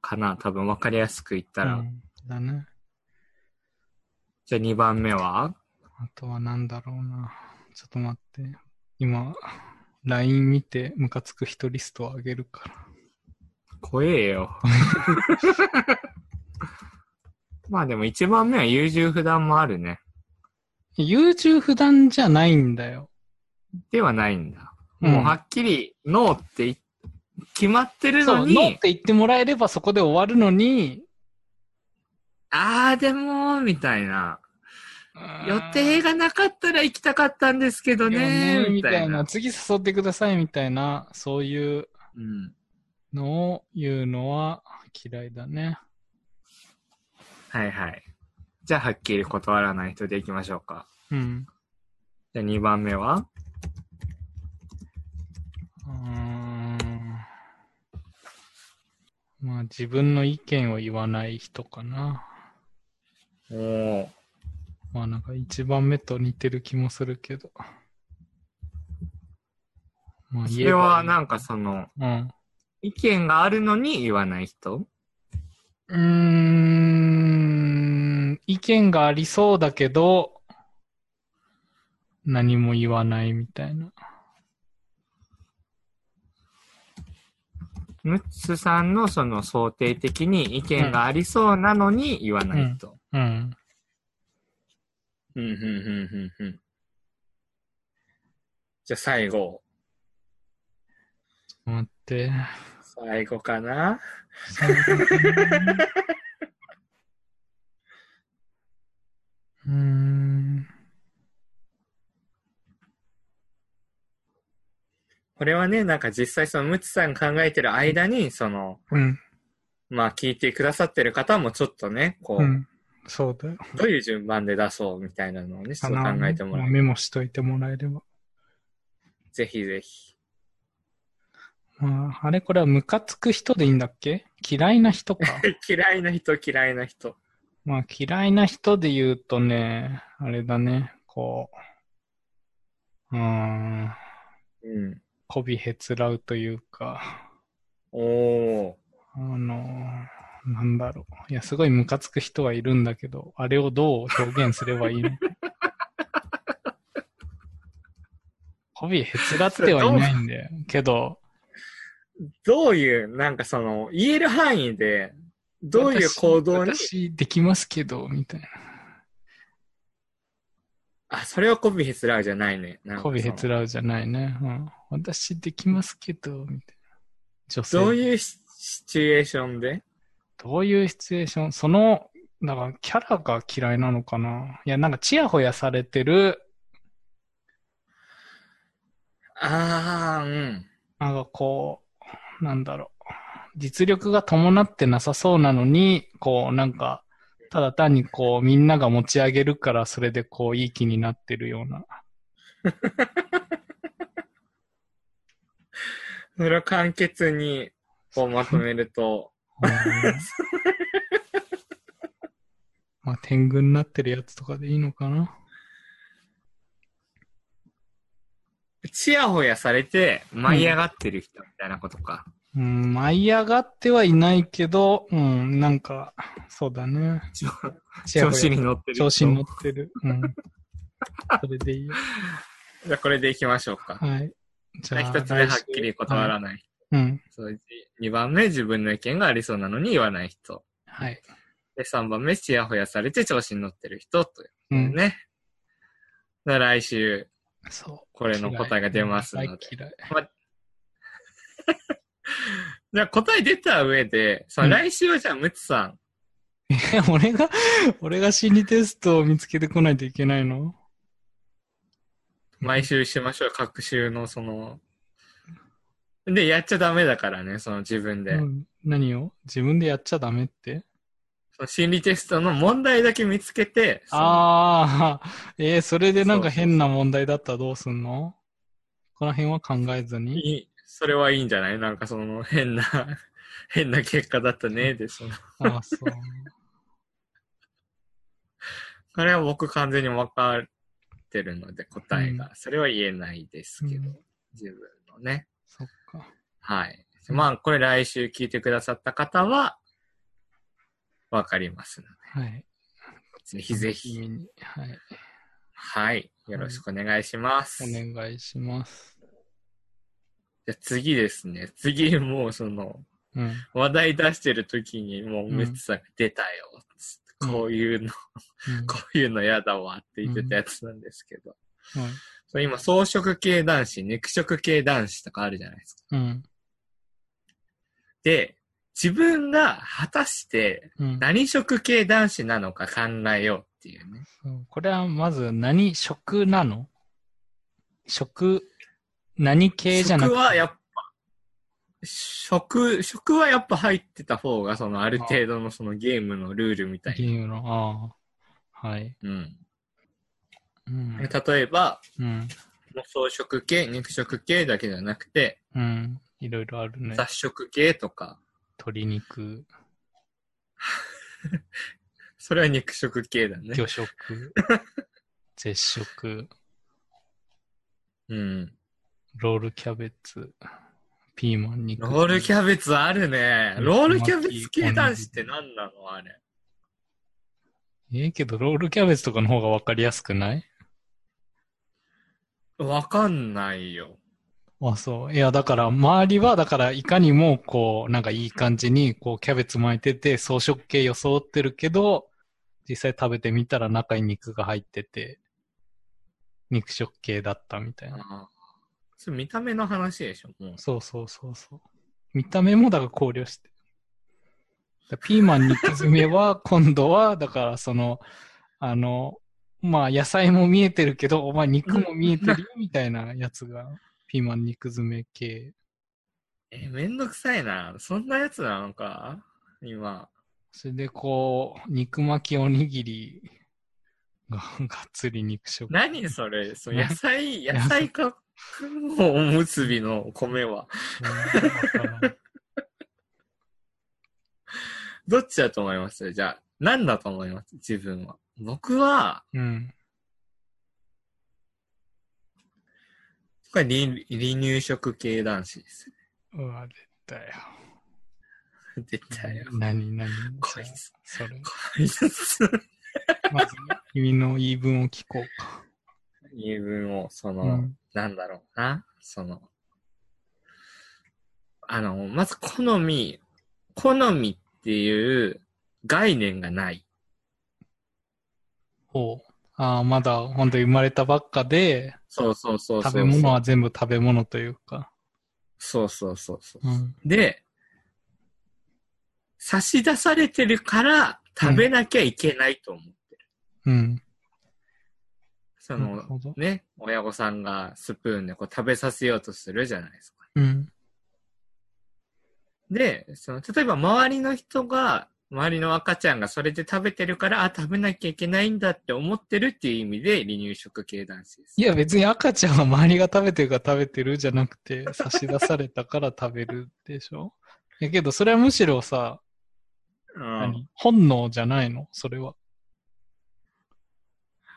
A: かな多分分かりやすく言ったら。
B: うん、だね。
A: じゃあ2番目は
B: あとはなんだろうな。ちょっと待って。今、LINE 見てムカつく人リストを上げるから。
A: 怖えよ。 まあでも1番目は優柔不断もあるね。
B: 優柔不断じゃないんだよ。
A: ではないんだ。
B: うん
A: もうはっきりノーってい決まってる
B: そ
A: の
B: う、ノーっ
A: に、
B: て言ってもらえればそこで終わるのに、
A: あーでも、みたいな。予
B: 予
A: 定がなかったら行きたかったんですけどね、み
B: み
A: た
B: た
A: い
B: いな。
A: な。
B: 次誘ってくださいみたいな、そういう
A: うん。
B: のを言うのは嫌いだね。
A: はいはい。じゃあ、はっきり断らない人でいきましょうか。
B: うん。
A: じゃあ、2番目は
B: うーん。まあ自分の意見を言わない人かな。
A: おー。
B: まあなんか一番目と似てる気もするけど。ま
A: それは
B: あ言えばいい
A: なんかその、
B: うん。
A: 意見があるのに言わない人
B: うーん、意見がありそうだけど、何も言わないみたいな。
A: ムッツさんのその想定的に意見がありそうなのに言わない人。
B: うん。
A: うん、うん、うん、うん、うん。じゃあ最後。
B: 待って。
A: 最後かな
B: うーん。
A: これはね、なんか実際そのムツさんが考えてる間に、その、
B: うん。
A: まあ聞いてくださってる方もちょっとね、こう、
B: うん。そうだよ。
A: どういう順番で出そうみたいなのをね、ちょっと考えてもら
B: まあ
A: う。
B: メモしといてもらえれば。
A: ぜひぜひ。
B: まあ、あれこれはムカつく人でいいんだっけ嫌いな 人か。
A: 嫌いな人、嫌いな人。
B: まあ嫌いな人で言うとね、あれだね、こう、うーん、
A: うん。
B: 媚びへつらうというか、
A: おー。
B: あのー、なんだろう。いや、すごいムカつく人はいるんだけど、あれをどう表現すれ ばいいの媚びへつらってはいないんだよ。けど、
A: どういう、なんかその、言える範囲で、どういう行動に、
B: 私、私できますけど、みたいな。
A: あ、それはコビヘツラーじゃないね。なんかその
B: 媚びへつらうじゃないね。うん、私できますけど、みたいな。女性
A: どういうシシチュエーションで
B: どういうシチュエーションその、だからキャラが嫌いなのかないや、なんかチヤホヤされてる、
A: あー、うん。
B: なんかこう、なんだろう。実力が伴ってなさそうなのに、こうなんか、ただ単にこうみんなが持ち上げるからそれでこういい気になってるような。
A: それを簡潔に、こうまとめると、
B: うん まあ天狗になってるやつとかでいいのかな
A: チヤホヤされて、舞い上がってる人みたいなことか。
B: うん、舞い上がってはいないけど、うん、なんか、そうだね。
A: 調
B: チヤ
A: 調
B: ホヤ
A: 子に乗ってる人。
B: 調子に乗ってる。うん。それでいいよ。
A: じゃあこれでいきましょうか。
B: はい。じ
A: じゃあ一つ目はっきり断
B: ない。
A: らない。
B: うん。
A: そう二番目、自分の意見がありそうなのに言わない人。
B: はい。
A: で、3番目、チヤホヤされて調子に乗ってる人といううね。だ
B: ん。
A: から来週、
B: そう。
A: これの答えが出ますので
B: 嫌い嫌い
A: じゃあ答え出た上で、その
B: うん
A: 来週はじゃあ、ムツさん。
B: 嫌い。 え俺が、俺が心理テストを見つけてこないといけないの
A: 毎週しましょう、各週のその。で、やっちゃダメだからね、その自分で。
B: うん何を自分でやっちゃダメって
A: その心理テストの問題だけ見つけて、その
B: ああ、えー それでなん
A: そ
B: か
A: うそうそう
B: 変な問題だったらどうすんのこの辺は考えずに。
A: いいそれはいいんじゃないなんかその変な、 変な結果だったね、で、その。
B: ああ、そう。
A: これは僕完全に分かってるので、答えが。それは言えないですけど、
B: うん
A: 自分のね。
B: そっか。
A: はい。まあ、これ来週聞いてくださった方は、わかりますの
B: はい。
A: で、ぜひぜ
B: 楽し
A: ひ、
B: みにはい。
A: はい。よろしくお願いします。
B: お願いします。
A: じゃあ次ですね。次、もうその、
B: うん。
A: 話題出してる時に、もう、
B: うん
A: ムツさんが出たよ。つってこういうの、
B: うん
A: こういうのやだわって言ってたやつなんですけど。
B: はい
A: そう今、草食系男子、肉食系男子とかあるじゃないですか。
B: うん。
A: で、自分が果たして
B: うん。
A: 何食系男子なのか考えようっていうね。
B: そうこれはまず何、食なの食、何系じゃなく
A: 食はやっぱ、食、食はやっぱ入ってた方が、そのある程度のそのゲームのルールみた
B: ゲ
A: い
B: ームの、ああ。はい。
A: な。うん。
B: うん。
A: 例えば、
B: うん。
A: もう草食系、肉食系だけじゃなくて、
B: うん。いろいろあるね。
A: 雑食系とか、
B: 鶏肉、
A: それは肉食系だね。
B: 魚食、 絶食、
A: うん。
B: ロールキャベツ、ピーマン肉。
A: ロールキャベツあるね。ロールキャベツ系男子って何なのあれ。
B: ええけど、ロールキャベツとかの方がわかりやすくない
A: わかんないよ。
B: あ、そう。いや、だから、周りは、だから、いかにも、こう、なんかいい感じに、こう、キャベツ巻いてて、装飾系装ってるけど、実際食べてみたら中に肉が入ってて、肉食系だったみたいな。
A: ああそれ見た目の話でしょ、もう。
B: そうそうそうそう。見た目もだから考慮して。だからピーマン肉詰めは、今度は、だからその、あの、まあ野菜も見えてるけど、お前肉も見えてるよみたいなやつが、ピーマン肉詰め系。
A: え、めんどくさいな。そんなやつなのか今。
B: それでこう、肉巻きおにぎりが、がっつり肉食。
A: 何それそう
B: な
A: 野菜、野菜か、もうおむすびの米は。
B: うんわからん
A: どっちだと思いますじゃあ、何だと思います自分は。僕は、
B: うん。
A: これ離離乳食系男子です。
B: うわ、出たよ。
A: 出たよ。
B: 何、何
A: こいつ、
B: それ。
A: こいつ。
B: まず、君の言い分を聞こうか。
A: 自分を、その、
B: うん
A: なんだろうな。その、あの、まず好み、好みっていう概念がない。
B: ほう。ああ、まだ本当に生まれたばっかで、
A: そうそうそうそう。
B: 食べ物は全部食べ物というか。
A: そうそうそうそう。
B: うん。
A: で、差し出されてるから食べなきゃいけないと思ってる。
B: うん。
A: そ
B: なるほ
A: の、
B: ど。
A: ね、親御さんがスプーンでこう食べさせようとするじゃないですか。
B: うん。
A: で、その、例えば周りの人が、周りの赤ちゃんがそれで食べてるから、あ、食べなきゃいけないんだって思ってるっていう意味で離乳食系男子です。
B: いや、別に赤ちゃんは周りが食べてるから食べてるじゃなくて、差し出されたから食べるでしょいやけど、それはむしろさ、
A: うん。
B: 何本能じゃないのそれは。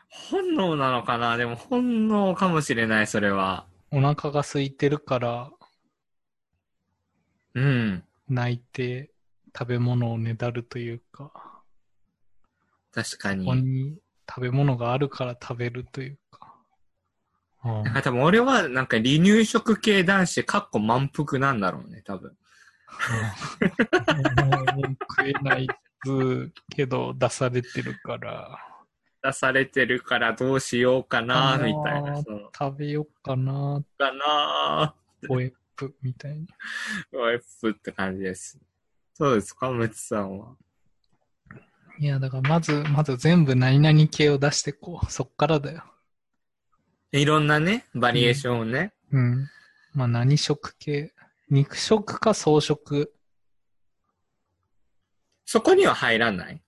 A: 本能なのかなでも本能かもしれない、それは。
B: お腹が空いてるから、
A: うん。
B: 泣いて食べ物をねだるというか、
A: 確か
B: こ
A: に。
B: こに食べ物があるから食べるというか。うん
A: なんか多分俺はなんか離乳食系男子かっこ満腹なんだろうね、多分。
B: もう食えないずけど出されてるから
A: 出されてるからどうしようかな、
B: あー
A: みたいな。そう
B: 食べよっかな
A: かな
B: ポエップみたいな
A: ー、ワイプって感じです。そうですか、むつさんは。
B: いやだからまずまず全部何々系を出してこうそっからだよ
A: いろんなね、バリエーションをね。
B: うんまあ何食系肉食か草食
A: そこには入らない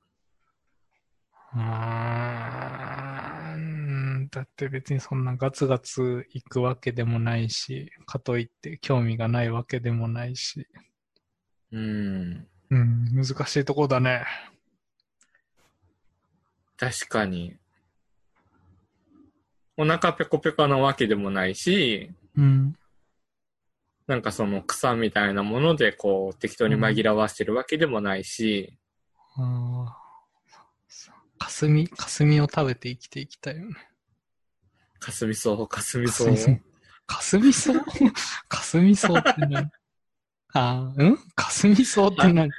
A: う
B: ーんだって別にそんなガツガツ行くわけでもないしかといって興味がないわけでもないし
A: うん。
B: うん難しいとこだね
A: 確かに。お腹ペコペコなわけでもないし、
B: うん
A: なんかその草みたいなものでこう適当に紛らわしてるわけでもないし、
B: ああ。霞、霞を食べて生きていきたいよね。
A: かすみそう、かすみ
B: かす
A: そう
B: み。そう。霞草 霞草って何ああ、うん霞草って何
A: か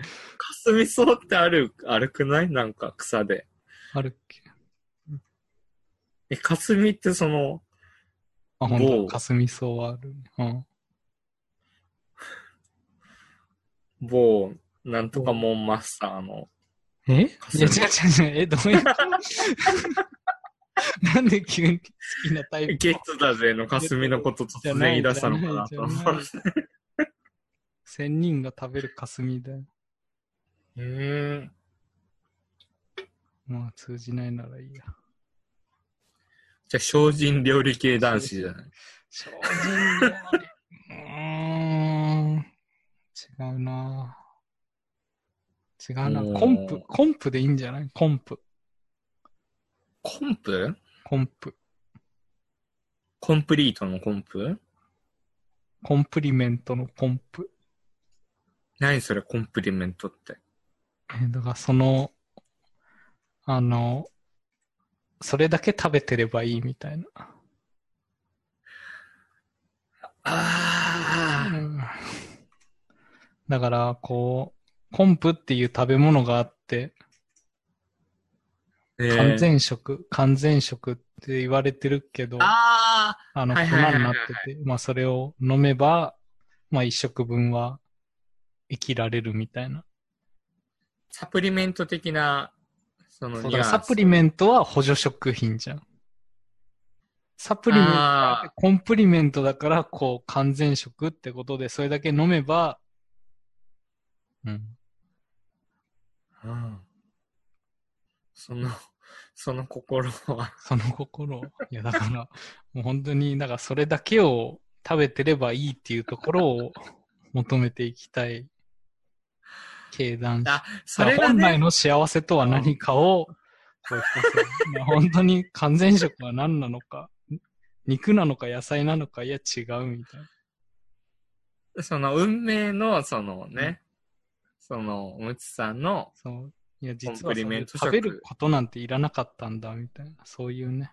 A: すみそうってある、あるくないなんか草で。
B: あるっけ
A: え、かすみってその、
B: あ、ほんと
A: 某
B: だ、霞草はあるね。
A: 某、なんとかモンマスターの。
B: うん。えいや、違
A: 霞
B: う違う違う。え、どういうことなんで急に好きなタイプ
A: ゲッツだぜのかすみのこと突然言い出したのかなと。
B: じゃないじゃない仙人が食べる霞だよ。
A: へえ。
B: まあ通じないならいいや。
A: じゃあ、精進料理系男子じゃない。
B: 精進料理。うーん。違うな違
A: お
B: う
A: ー
B: なコンプ、コンプでいいんじゃないコンプ、
A: コンプ
B: コンプ、
A: コンプリートのコンプ
B: コンプリメントのコンプ。
A: 何それ、コンプリメントって。
B: えだからその、あの、それだけ食べてればいいみたいな。
A: ああ、
B: うんだから、こう、コンプっていう食べ物があって、
A: えー
B: 完全食、完全食って言われてるけど、あ
A: ああ、
B: の、粉
A: はい
B: に
A: はいはいはい
B: なってて、まあそれを飲めば、まあ一食分は生きられるみたいな。
A: サプリメント的な、その
B: そうだ
A: ニ
B: か
A: ュアン
B: ら
A: ス、
B: サプリメントは補助食品じゃん。サプリメント
A: あー
B: コンプリメントだから、こう、完全食ってことで、それだけ飲めば、うん。
A: うんその、 その心は、
B: その心を。いや、だから、 もう本当に、だからそれだけを食べてればいいっていうところを求めていき たい。経団。
A: あ、それが
B: 本来
A: ね、
B: の幸せとは何かを、こうひたすらいや本当に完全食は何なのか。肉なのか野菜なのか、いや違うみたいな。
A: その運命の、そのね、その、むつさんの、
B: そう。いや、実
A: コンプ
B: は
A: リ
B: そ
A: メ
B: れ
A: ント
B: 食べ
A: 食
B: ることなんていらなかったんだ、みたいな。そういうね。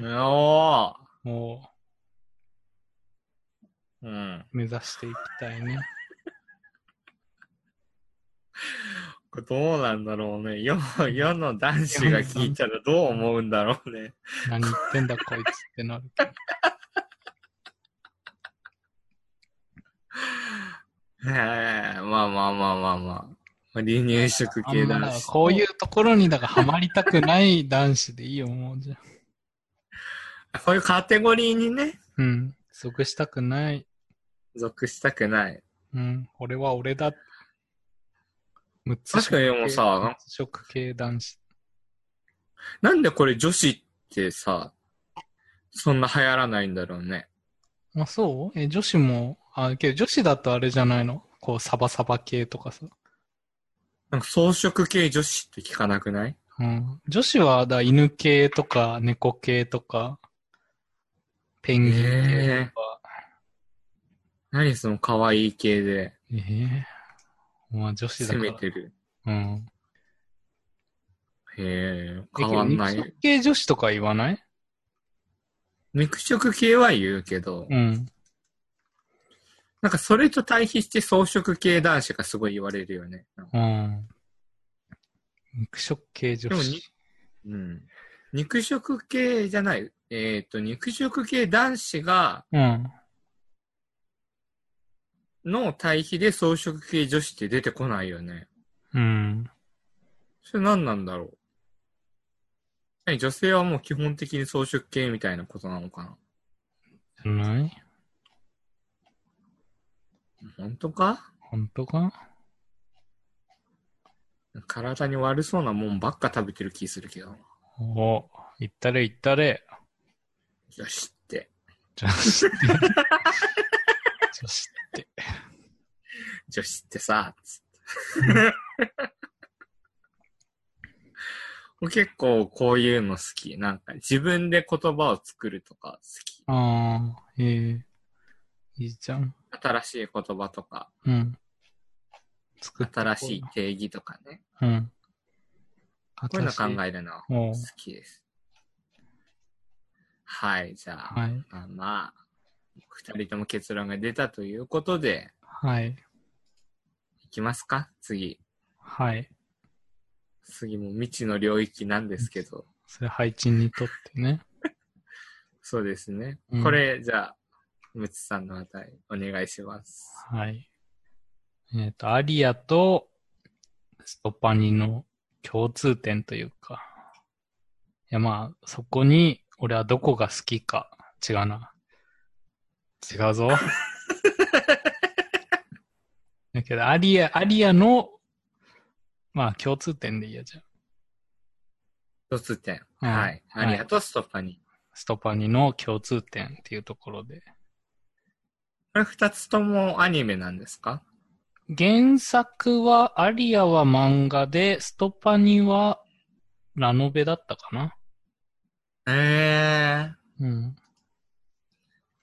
A: お
B: も
A: ーうん。
B: う、目指していきた いね。
A: これどうなんだろうね。世の、世の男子が聞いたらどう思うんだろうね。
B: 何言ってんだ、こいつってなるけど。
A: ええまあまあまあまあまあ。離乳食
B: あ
A: 系
B: んま
A: 男
B: だから
A: 子。
B: こういうところに、だからハマりたくない男子でいいよ、もうじゃあ。
A: こういうカテゴリーにね、
B: うん。属したくない。
A: 属したくない。
B: うん。俺は俺だ。六つ
A: 確かにでもさ
B: 六つ食系男子。
A: なんでこれ女子ってさ、そんな流行らないんだろうね。
B: あ、そうえ、女子も、あ、けど女子だとあれじゃないのこう、サバサバ系とかさ。
A: なんか装飾系女子って聞かなくない
B: うん。女子は、だから犬系とか、猫系とか、ペンギン系とか。
A: 何その可愛い系で
B: ええまあ女子だか
A: 攻
B: ら。
A: めてる。
B: うん。
A: へえ、変わんな
B: 肉
A: い。
B: 食系女子とか言わない
A: 肉食系は言うけど、
B: うん。
A: なんかそれと対比して装飾系男子がすごい言われるよね。
B: うん。肉食系女
A: でもに
B: 子。
A: うん。肉食系じゃない。えっ、と、肉食系男子が、
B: うん。
A: の対比で装飾系女子って出てこないよね。
B: うん。
A: それ何なんだろう。何女性はもう基本的に装飾系みたいなことなのかな。
B: じゃない
A: 本当か
B: 本当か
A: 体に悪そうなもんばっか食べてる気するけど。
B: お言ったれ言ったれ。
A: よしって。
B: 女子って。女子って。
A: 女子ってさ、つって。僕 結構こういうの好き。なんか自分で言葉を作るとか好き。
B: ああ、ええいいじゃん。
A: 新しい言葉とか、
B: うん。作ってこうよ
A: 新しい。定義とかね。
B: うん。
A: こういうの考
B: え。
A: えるのは
B: おう
A: 好きです。はい、じゃあ、
B: はい。
A: まあまあ、二人とも結論が出たということで、
B: はい。
A: いきますか次。
B: はい。
A: 次も未知の領域なんですけど。
B: それ配置にとってね。
A: そうですね。
B: うん
A: これ、じゃあ、むつさんのあたり、お願いします。
B: はい。えっ、と、アリアとストパニの共通点というか。いや、まあ、そこに、俺はどこが好きか。違うな。違うぞ。だけど、アリア、アリアの、まあ、共通点でいいや、じゃあ。
A: 共通点。
B: うん
A: はい。
B: はい
A: アリアとストッパニー。
B: ストパニの共通点っていうところで。
A: これ二つともアニメなんですか
B: 原作は、アリアは漫画で、ストパニはラノベだったかな。
A: ええー。
B: うん。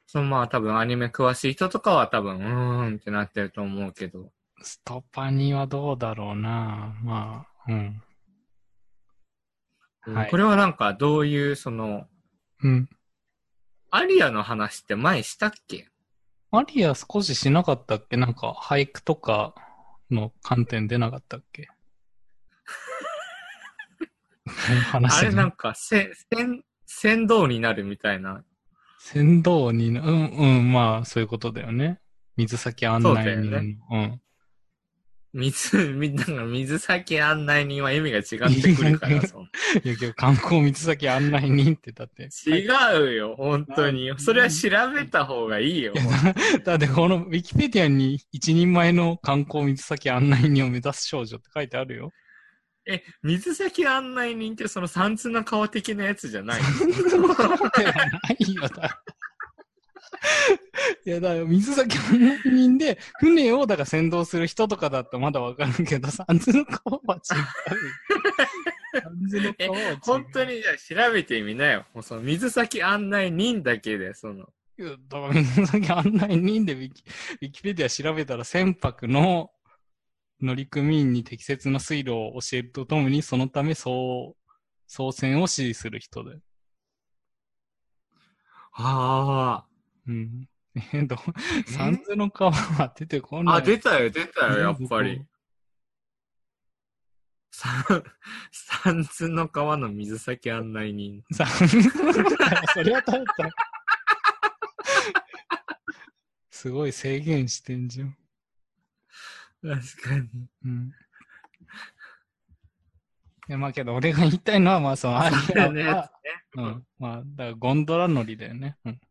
A: そのまあ多分アニメ詳しい人とかは多分、うーんってなってると思うけど。
B: ストパニはどうだろうな。まあ、うん。はい
A: これはなんかどういう、その、
B: うん。
A: アリアの話って前したっけ
B: アリア少ししなかったっけなんか、俳句とかの観点出なかったっ け話し
A: あ
B: て
A: れなんか、せ、船、船頭になるみたいな。
B: 船頭にな、うんうん、まあ、そういうことだよね。水先案内人
A: そう
B: の。
A: だよ水、 み、なんか水先案内人は意味が違ってくるから、その
B: うん。いや、けど観光水先案内人ってだ って。
A: 違うよ、本当に。それは調べた方がいいよ。
B: だってこのウィキペディアに一人前の観光水先案内人を目指す少女って書いてあるよ。
A: え、水先案内人ってその三通の川的なやつじゃないの
B: ではないよ、だ。いや、だから水先案内人で、船をだから先導する人とかだとまだわかるけど、三途の川は違う。三途の川は違う。
A: 本当にじゃあ調べてみなよ。もうその水先案内人だけで、その。
B: いやだから水先案内人でウィキウィキペディア調べたら船舶の乗組員に適切な水路を教えるとともに、そのため操、操船を指示する人で。
A: あ
B: うん。えっと、三途の川は出てこない。
A: あ、出たよ、出たよ、やっぱり。三、 三通の川の水先案内人。
B: さ、それは食べた。すごい制限してんじゃん。
A: 確かに。
B: うん。いや、まあけど、俺が言いたいのは、まあその、アリア
A: そうだ よね
B: は、うん。まあ、だからゴンドラ乗りだよね。うん。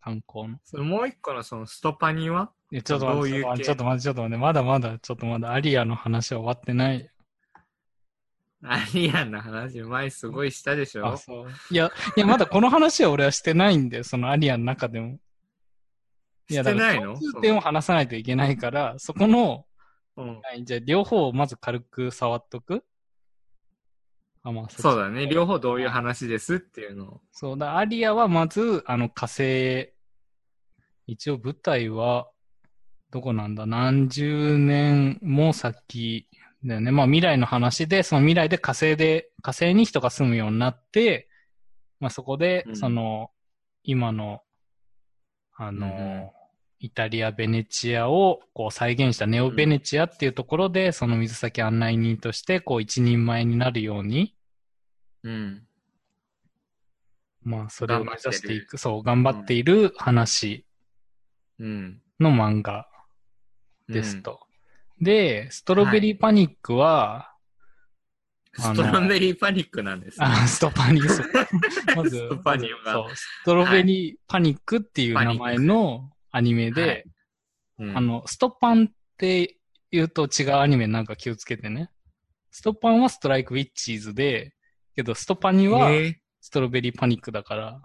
B: 観光の。
A: それもう一個のそのストパニは
B: え、ちょっと待って
A: どういう系
B: ちょっと待って、ちょっと待って、ちょっと待って、まだまだ、ちょっとまだ、アリアの話は終わってない。
A: アリアンの話前すごいしたでしょ
B: あ、そう。いや、いや、まだこの話は俺はしてないんだよ、そのアリアの中でも。
A: してないの
B: 共通点を話さないといけないから、そこの、
A: うん
B: はい、じゃあ両方をまず軽く触っとくあ、まあ、
A: そうだね。両方どういう話ですっていうのを。
B: そうだ、アリアはまず、あの、火星、一応舞台は、どこなんだ何十年も先だよね。まあ未来の話で、その未来で火星で、火星に人が住むようになって、まあそこで
A: う、ん
B: その、今の、あの、
A: うんうん
B: イタリア、ベネチアをこう再現したネオベネチアっていうところで、その水先案内人として、こう一人前になるように、
A: うん。
B: まあ、それを目指していく、そう、頑張
A: 張
B: っ
A: ってて
B: いる話
A: うん。
B: の漫画ですと。で、ストロベリーパニックは、
A: うん。
B: あの
A: ストロベリーパニックなんですね。
B: あ、スト パニー、そうまず、
A: ストパニーが
B: そう、ストロベリーパニックっていう
A: はい
B: 名前のアニメで、
A: はいうん
B: あの、ストパンって言うと違うアニメなんか気をつけてね。ストパンはストライクウィッチーズで、けどストパニは
A: えー
B: ストロベリーパニックだから、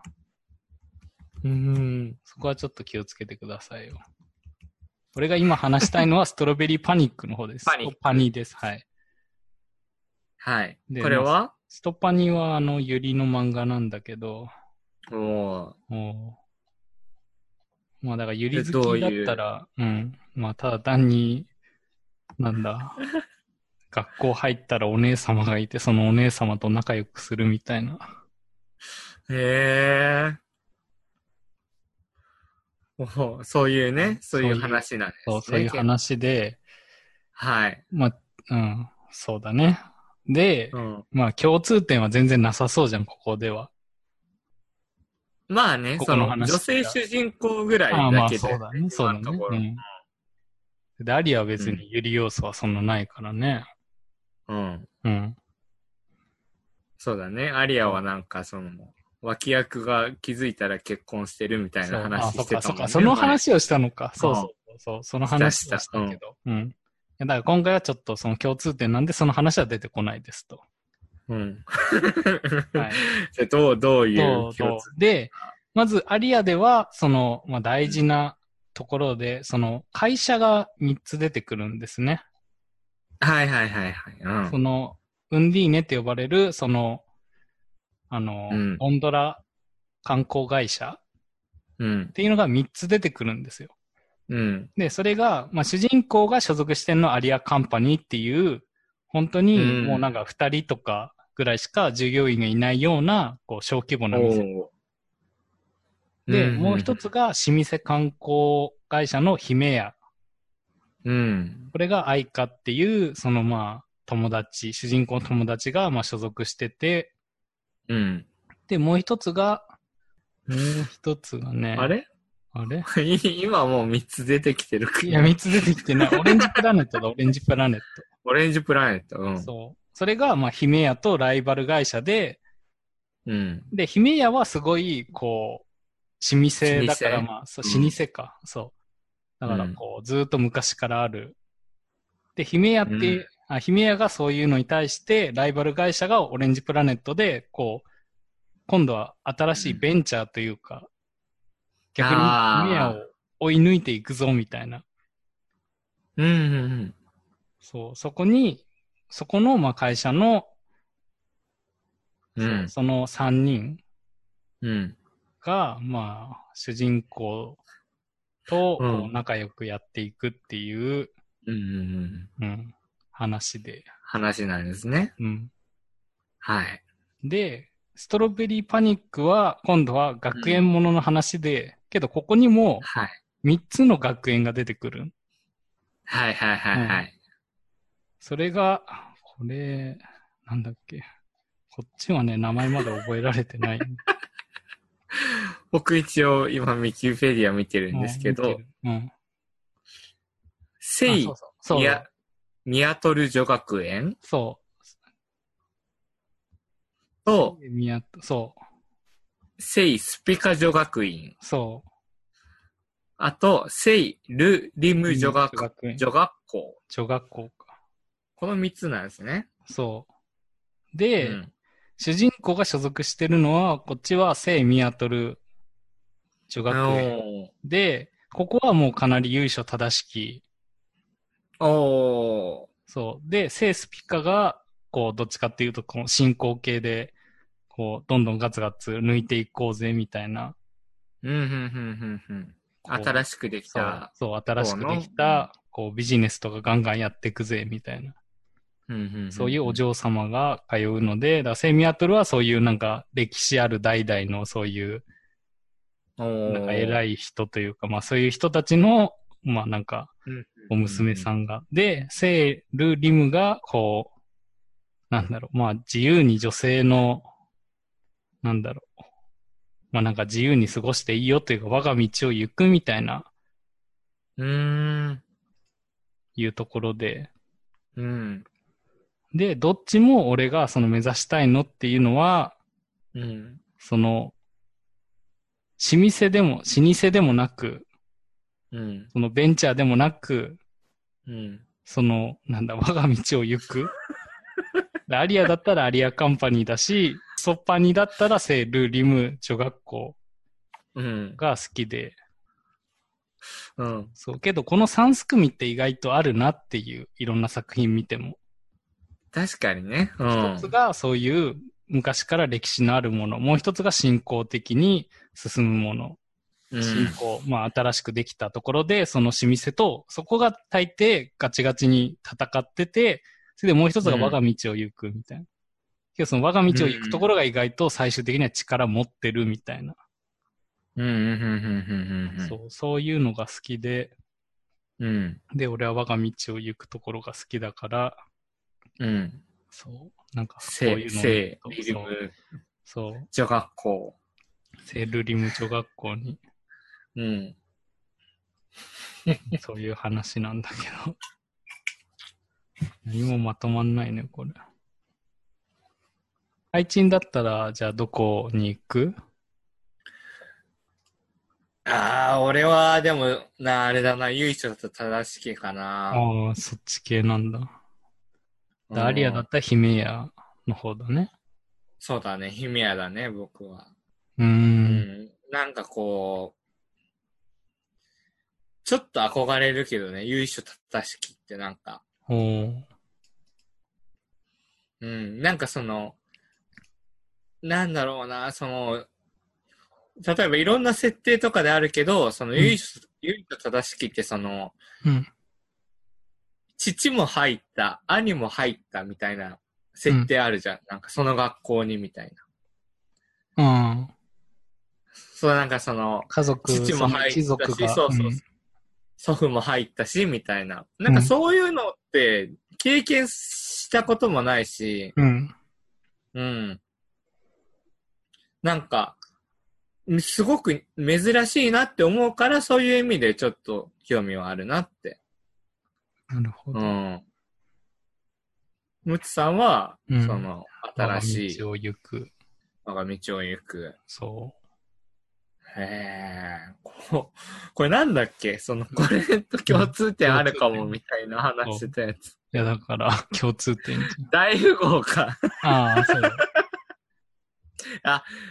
A: うん。
B: そこはちょっと気をつけてくださいよ。俺が今話した いのはストロベリーパニックの方です。
A: パニック
B: ストパニーです。はい。
A: はい。
B: で
A: これは
B: ストパニーはあの、ゆりの漫画なんだけど、
A: おお
B: もう、まあだからゆり
A: えど
B: 好
A: う
B: きだっ
A: いう
B: たら、うん。まあただ単に、な んだ、学校入ったらお姉様がいて、そのお姉様と仲良くするみたいな。
A: ー。へえ。おおそういうね、そういう話なんです
B: そ
A: ね。
B: う、そういう話で、
A: はい。
B: まあ、うん、そうだね。で、
A: うん。
B: まあ共通点は全然なさそうじゃん、ここでは。
A: まあね、
B: ここ
A: そ
B: の
A: の
B: 話
A: 女性主人公ぐら
B: ああ
A: い
B: ま
A: だ
B: あ
A: けで。
B: そうだね、そうだ
A: 今のと
B: ね
A: こ。ろ
B: うんで、アリアは別にユリ要素はそんなないからね。
A: うん。
B: うん。
A: そうだね。アリアはなんかその、脇役が気づいたら結婚してるみたい
B: そう
A: な
B: あ、
A: 話
B: そ
A: し
B: って
A: た
B: か、そ
A: も
B: っ
A: ん
B: か、
A: ね。
B: その
A: 前
B: 話をしたのか。そうそう。そう、その話はしたけど。うん。いやだから今回はちょっとその共通点なんで、その話は出てこないですと。
A: うん。
B: はい。
A: でどう、どう いう
B: そうそう
A: 共通
B: で、まず、アリアでは、その、まあ、大事なところで、その、会社が3つ出てくるんですね。
A: はいはいはいはい。うん
B: そ。の、ウンディーネって呼ばれる、その、あの、
A: うん
B: オンドラ観光会社
A: うん
B: っ。ていうのが3つ出てくるんですよ。
A: うん。
B: で、それが、まあ、主人公が所属してんのアリアカンパニーっていう、本当に
A: うん
B: もうなんか2人とかぐらいしか従業員がいないような、こう、小規模な店
A: おー
B: で、もう一
A: つ。
B: つが老舗観光会社の姫屋。
A: うん。
B: これが愛花っていう、そのまあ、友達、主人公の友達がまあ所属してて、
A: うん。
B: で、もう一つが、もう一つがね、
A: あれ
B: あれ
A: 今もう3つ出てきてる
B: いや、三つ出てき てない。オレンジプラネットだ、オレンジプラネッ
A: オレンジプラネット。う
B: ト。
A: ん。
B: そう。それが、まあ、姫屋とライバル会社で、
A: うん。
B: で、姫屋はすごい、こう、老舗だから、
A: 老舗
B: まあ、そう、
A: うん
B: 老舗か。そう。だから
A: う、ん
B: こう、ずーっと昔からある。で、姫屋って、
A: うん
B: あ、姫屋がそういうのに対して、ライバル会社がオレンジプラネットで、こう、今度は新しいベンチャーというか、逆に
A: あー
B: 姫屋を追い抜いていくぞ、みたいな。
A: うんうん
B: そう、そこに、そこの、まあ、会社の、
A: うん。う。
B: そうんその3人
A: うん。
B: が、まあ、主人公と
A: うん
B: こう仲良くやっていくっていう、
A: うんうんうん。
B: うん話で、
A: 話なんですね。
B: うん
A: はい。
B: で、ストロベリーパニックは、今度は学園ものの話で、けどここにも
A: はい。
B: 3つの学園が出てくる。
A: はいはいはいはい。
B: それが、これ、なんだっけ。こっちはね、名前まで覚えられてない。
A: 僕一応今ミキューペディア見てるん ですけ
B: うん見
A: ど
B: て、るうん。
A: セ
B: あ
A: イ
B: そう、そうそう
A: いやニアトル女学園
B: そ
A: と、
B: う。宮とそ
A: セイスピカ女学院、
B: う。そう。
A: あと、セイルリム女学、
B: 園
A: 女学校。
B: 女学校か。
A: この三つなんですね。
B: そう。で、
A: うん
B: 主人公が所属してるのは、こっちは聖ミアトル女学園。で、ここはもうかなり由緒正しき。
A: おーお
B: そう。で、聖スピカが、こう、どっちかっていうと、この進行形で、こう、どんどんガツガツ抜いていこうぜ、みたいな。
A: ー。うん、うん、うん、うん、うん。新しくでき
B: そう
A: た。
B: そう、新しくできた、こう、ビジネスとかガンガンやっていくぜ、みたいな。
A: うんんんん
B: そういうお嬢様が通うので、だからセミアトルはそういうなんか歴史ある代々のそういうなんか偉
A: い
B: い人というか、まあそういう人たちの、まあなんかお娘さ
A: ん。
B: んが。で、セール・リムがこう、なんだろう、まあ自由に女性の、なんだろう、まあなんか自由に過ごしていいよというか我が道を行くみたいな
A: うーん。
B: いうところで、
A: うん。
B: で、どっちも俺がその目指したいのっていうのは、
A: うん。
B: その、老舗でも、老舗でもなく、
A: うん。
B: そのベンチャーでもなく、
A: うん。
B: その、なんだ、我が道を 行く。でアリアだったらアリアカンパニーだし、ソッパニだったらセール・リム女学校
A: うん。
B: が好きで、
A: うん。
B: そう、けどこの3組って意外とあるなっていう、いろんな作品見ても。
A: 確かにね。う
B: 一
A: ん
B: つ。がそういう昔から歴史のあるもの、もう一つが信仰的に進むもの。
A: うん
B: 新興、まあ新しくできたところで、その老舗と、そこが大抵ガチガチに戦ってて、それでもう一つが我が道を行くみたいな。けどその我が道を行くところが意外と最終的には力持ってるみたいな。
A: うん。うん。うん。うん。
B: そう、そういうのが好きで、
A: うん。うん。
B: で、俺は我が道を行くところが好きだから、
A: うん。
B: そう、なんかそう
A: せ
B: い
A: い、
B: うの
A: せ
B: を
A: い、リル
B: そう
A: ム、
B: そう、
A: 女学校。
B: セールリム女学校に、
A: うん。
B: そういう話なんだけど。 何もまとまんないね、これ。配置だったら、じゃあどこに行く
A: ああ、俺は、でも、な、あれだな、由緒と正しきかな。
B: ああ、そっち系なんだ。ダリアだったら姫屋の方だね。
A: そうだね、姫屋だね、僕は。
B: う
A: う
B: ー。
A: んん。なんかこう、ちょっと憧れるけどね、由緒正しきってなんか、
B: おー
A: うん、なんかその、なんだろうな、その、例えばいろんな設定とかであるけど、その
B: うん
A: 由緒、由緒正しきってその、
B: うん。
A: 父も入った、兄も入ったみたいな設定あるじゃん。なんかその学校にみたいな。
B: うん。
A: そう、なんかその、
B: 家族、
A: 父も入ったし、
B: そ
A: そ
B: の一族が。
A: うそうそう、祖父も入ったし、みたいな。なんかそういうのって経験したこともないし、
B: うん。う
A: う
B: ん。
A: ん。なんか、すごく珍しいなって思うから、そういう意味でちょっと興味はあるなって。
B: なるほ
A: う
B: ど。
A: ん。むつさんは、
B: うん
A: その、新しい
B: 我が道を行く。
A: 我が道を行く。
B: そ
A: へえ、ここれなんだっけその、これと共通点あるかもみたいな話してたやつ。
B: う。いや、だから、 共通点じ
A: 大富豪か。
B: ゃん。ああ、そうだ。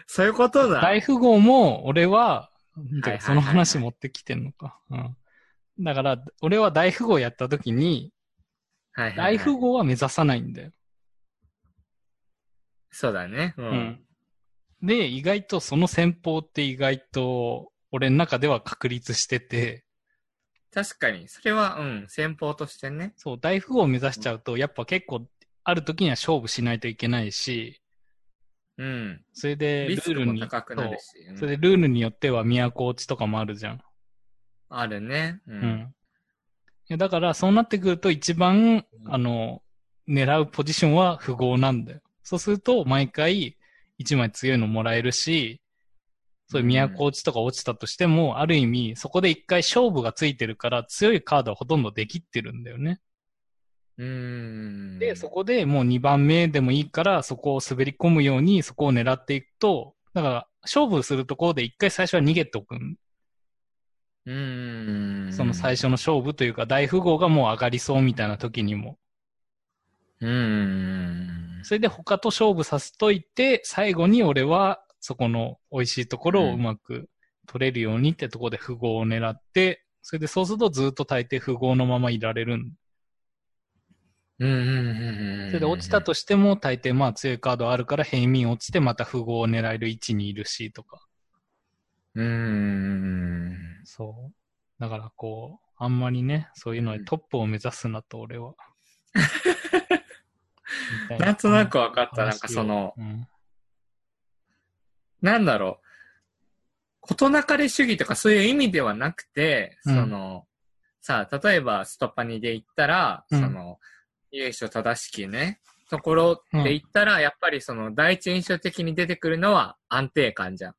A: そういうことだ。
B: 大富豪も、俺は、
A: はいはい
B: その話持ってきてんのか。うん。だから、俺は大富豪やった時に、
A: はいはいはい
B: 大富豪は目指さないんだよ。
A: そうだね。うん。
B: うん。で、意外とその戦法って意外と、俺の中では確立してて、
A: 確かに。それは、うん、戦法としてね。
B: そう、大富豪を目指しちゃうと、やっぱ結構、ある時には勝負しないといけないし、
A: うん。
B: それで、ル
A: リスク
B: ール
A: も
B: に、
A: 高くなる
B: そ
A: し。
B: う
A: うん
B: それでルールによっては都落ちとかもあるじゃん。
A: あるね。う
B: うん
A: ん。。
B: いやだから、そうなってくると一
A: う、
B: 番
A: ん
B: あの、狙うポジションは富豪なんだよ。そうすると、毎回、一枚強いのもらえるし、そういう都落ちとか落ちたとしても、ある意味、そこで一回勝負がついてるから、強いカードはほとんどできってるんだよね。
A: うーん。
B: で、そこでもう2番目でもいいから、そこを滑り込むように、そこを狙っていくと、だから、勝負するところで一回最初は逃げておくん
A: うーん。
B: その最初の勝負というか、大富豪がもう上がりそうみたいな時にも。
A: うーん。
B: それで他と勝負させといて、最後に俺はそこの美味しいところをうまく取れるようにってとこで富豪を狙って、それでそうするとずっと大抵富豪のままいられるん。
A: うんうんうんうん。
B: それで落ちたとしても大抵まあ強いカードあるから平民落ちてまた富豪を狙える位置にいるしとか。
A: うーん。
B: そう。だからこう、あんまりね、そういうのでトップを目指すなと俺は。みた い
A: なんとなくわかった。なん
B: 話を
A: かその、
B: うん
A: なんだろう、ことなかれ主義とかそういう意味ではなくて、
B: うん
A: その、さあ、例えばストパニで言ったら、
B: うん
A: その、由緒正しきね、ところで言ったら、やっぱりその、第一印象的に出てくるのは安定感じゃん。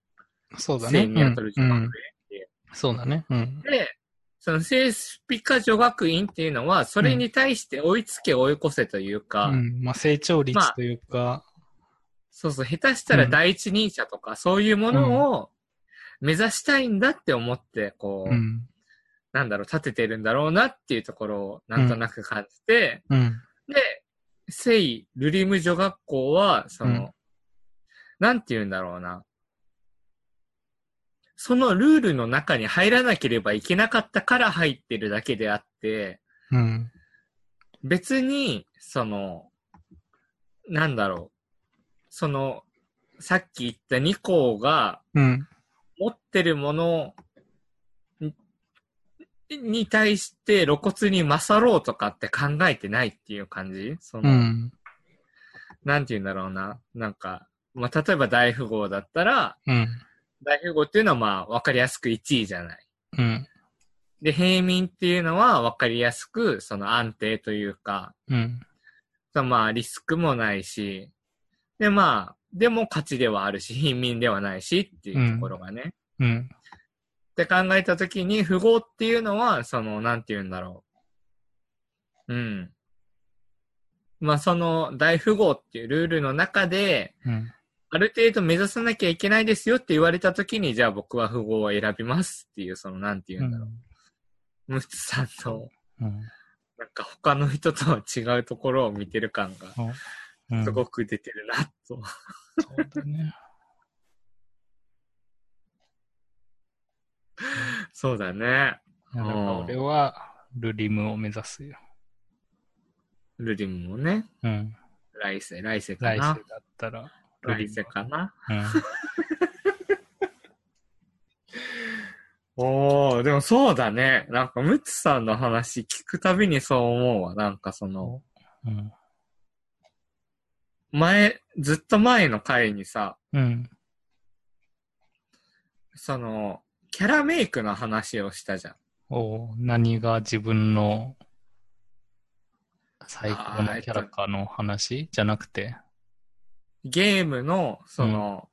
B: そうだね。
A: 聖ミアトル女
B: うん
A: 学
B: うんそうだね。うん。
A: 園で、その聖スピカ女学院っていうのは、それに対して追いつけ追い越せというか、
B: うん、まあ成長
A: まあ
B: 率というか、
A: そうそう、下手したら第一人者とか、そういうものを目指したいんだって思って、こう、
B: うん。
A: なんだろう、立ててるんだろうなっていうところをなんとなく感じて、
B: うん。
A: で、セイ・ルリム女学校は、その、
B: うん
A: なんて言うんだろうな。そのルールの中に入らなければいけなかったから入ってるだけであって、
B: うん。
A: 別に、その、なんだろう。その、さっき言った2校が
B: うん。
A: 持ってるものにに対して露骨に勝ろうとかって考えてないっていう感じその、
B: うん。
A: なんて言うんだろうな。なんか、まあ、例えば大富豪だったら、
B: うん。
A: 大富豪っていうのはまあ、わかりやすく1位じゃない。
B: うん。
A: で、平民っていうのはわかりやすく、その安定というか、
B: うん。
A: そのまあ、リスクもないし、で、まあ、でも勝ちではあるし、貧民ではないしっていうところがね。
B: うん。
A: って考えたときに、富豪っていうのは、その、なんて言うんだろう。うん。まあ、その、大富豪っていうルールの中で、
B: うん。
A: ある程度目指さなきゃいけないですよって言われた時に、じゃあ僕は符号を選びますっていう、その、なんて言うんだろう。ムツさんの、
B: うん
A: なんか他の人とは違うところを見てる感が、
B: うん
A: すごく出てるな、と。
B: そうだね。
A: そうだね。
B: だから俺は、ルリムを目指すよ。
A: ルリムもね、
B: うん。
A: 来世、来世か
B: 来世
A: な
B: だ。ったら、ルリ
A: 来世
B: ム
A: かな。
B: うん。
A: おー、でもそうだね。なんか、ムツさんの話聞くたびにそう思うわ。なんかその、
B: うん。
A: 前、ずっと前の回にさ、
B: うん。
A: その、キャラメイクの話をしたじゃん。
B: おう何が自分の最高
A: あーえ
B: の
A: っと
B: キャラかの話じゃなくて。
A: ゲームの、その、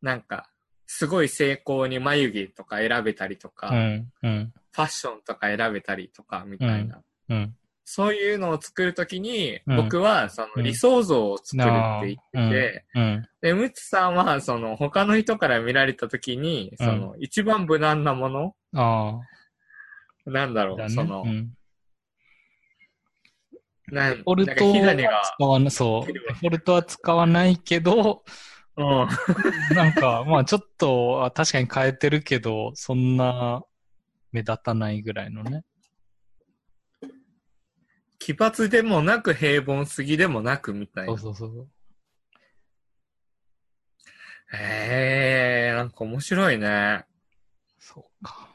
A: なんか、すごい成功に眉毛とか選べたりとか、
B: うん。うん。
A: ファッションとか選べたりとか、みたいな。
B: うん。
A: そういうのを作るときに、
B: うん
A: 僕はその理想像を作るって言ってて、
B: うん。
A: で、ムツさんは、その、他の人から見られたときに、その、一番無難なもの
B: あ
A: なんだろ
B: あ。
A: う、
B: だね。
A: その、
B: うん。
A: な
B: デフォルト
A: なんか火種が
B: は使わなそう。デフォルトは使わないけど、
A: うん。
B: なんか、まあちょっと、あ確かに変えてるけど、そんな目立たないぐらいのね。
A: 奇抜でもなく平凡すぎでもなくみたい
B: そう
A: な。
B: そうそう。
A: へえー、なんか面白いね。
B: そうか。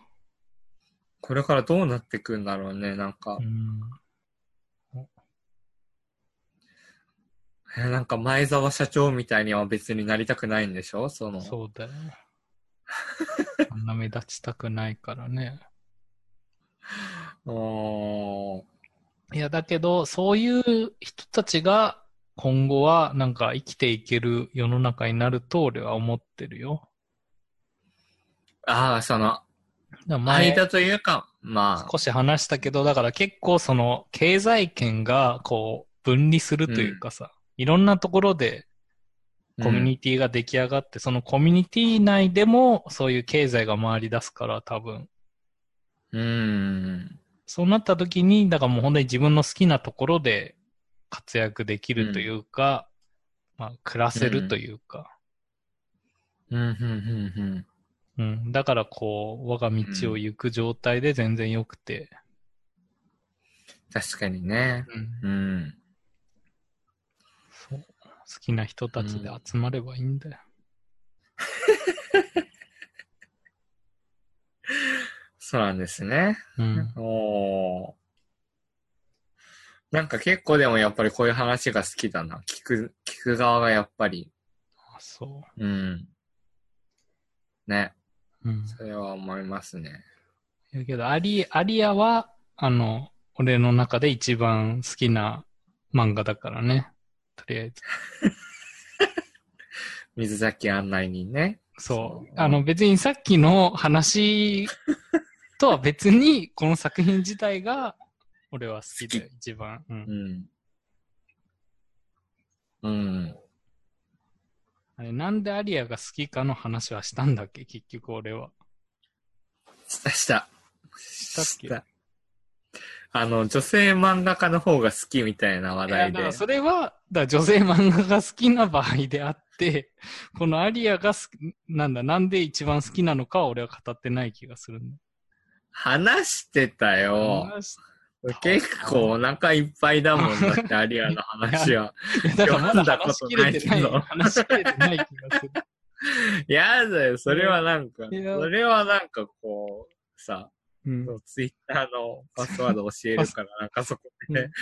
A: これからどうなってくんだろうね、なんか
B: う。ん。
A: えーなんか前澤社長みたいには別になりたくないんでしょその、
B: そう だよ。あんな目立ちたくないからね。
A: おー
B: いや、だけど、そういう人たちが今後はなんか生きていける世の中になると俺は思ってるよ。
A: ああ、その、
B: だから前
A: 間というか、まあ、
B: 少し話したけど、だから結構その経済圏がこう分離するというかさ、いろんなところでコミュニティが出来上がって、そのコミュニティ内でもそういう経済が回り出すから多分。
A: うん。うん。
B: そうなった時に、だからもう本当に自分の好きなところで活躍できるというか、まあ暮らせるというか、
A: うん、うん、うん、うん。
B: うん、だからこう、我が道を行く状態で全然良くて、
A: 確かにね。
B: うん
A: うん。
B: そう好きな人たちで集まればいいんだよ。
A: そうなんですね。
B: うん。
A: おーなんか結構でもやっぱりこういう話が好きだな。聞く、聞く側がやっぱり。
B: あそ
A: うん。ね。
B: う。うん。
A: それは思いますね。
B: やけど、アリ、アリアは、あの、俺の中で一番好きな漫画だからね。とりあえず。
A: 水崎案内人ね。
B: そ
A: そう
B: う。あの、別にさっきの話 とは別に、この作品自体が、俺は好きだよ、一番。うん
A: うん。うん。
B: あれ、なんでアリアが好きかの話はしたんだっけ結局俺は。
A: したした。
B: したっけ
A: したあの、女性漫画家の方が好きみたいな話
B: いや、
A: 題
B: だ
A: で。
B: からそれは、だから女性漫画が好きな場合であって、このアリアがす、なんだ、なんで一番好きなのかは俺は語ってない気がするんだ。
A: 話してたよ。
B: 話
A: 結構お腹いっぱいだもんだって、アリアの話は。
B: い やだから
A: 読
B: まだ
A: んだ
B: 話
A: こ
B: し
A: と
B: き
A: ない
B: れ
A: け
B: て
A: ど
B: ない。話しきれてない気がする。
A: やだよ、それはなんか、そ
B: いや
A: れはなんかこう、さ、
B: うん
A: ツイッターのパスワード教えるから、なんかそこ
B: う
A: で
B: ん、ど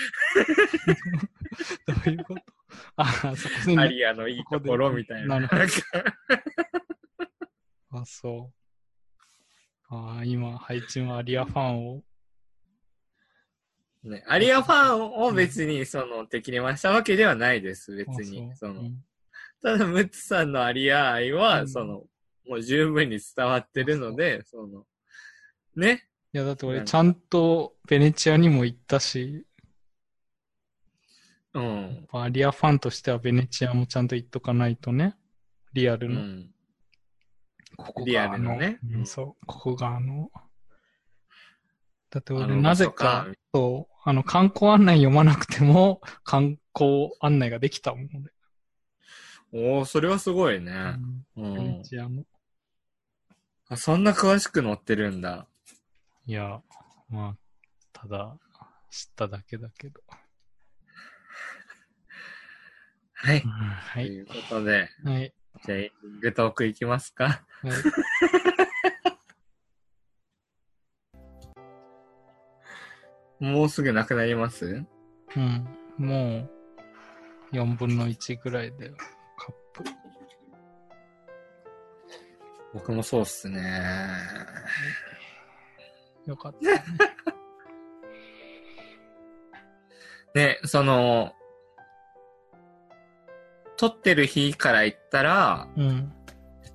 B: ういうことあ、そこ
A: ア
B: に。
A: リアのいいところみたいな。
B: なるほど
A: なんか
B: あ、そう。ああ、今、配置もアリアファンを。
A: ねアリアファンを別に、その、敵に回したわけではないです、別に。
B: あ
A: そう
B: う
A: の、
B: ん
A: ただ、ムッツさんのアリア愛
B: う
A: は、
B: ん
A: その、もう十分に伝わってるので、その、ね、
B: いや、だって俺、
A: うん
B: ちゃんとベネチアにも行ったし、
A: うん。
B: まあ、リアファンとしてはベネチアもちゃんと言っとかないとね。リアル
A: う
B: の。
A: ん。
B: ここ
A: リ
B: が
A: ア
B: あ
A: ルの
B: の、
A: ね
B: う、
A: うんん
B: そう、ここがあの、だって
A: あ
B: 俺
A: の
B: なぜ
A: 場所か
B: か、そう、あの観光案内読まなくても 観光案内ができたもん、俺。
A: おおそれはすごいね。う。
B: うんん、ベネチアの。
A: あそんな詳しく載ってるんだ。
B: いや、まあ、ただ、知っただけだけど。
A: はい。
B: は
A: と
B: い。
A: いうことで、
B: はい。
A: じゃあ、エンディングトークいきますか。
B: はい。
A: もうすぐなくなります
B: うん。もう、4分の1ぐらいだよ。カップ。
A: 僕もそうっすね。
B: よかった。
A: ね、その、撮ってる日から言ったら、
B: うん。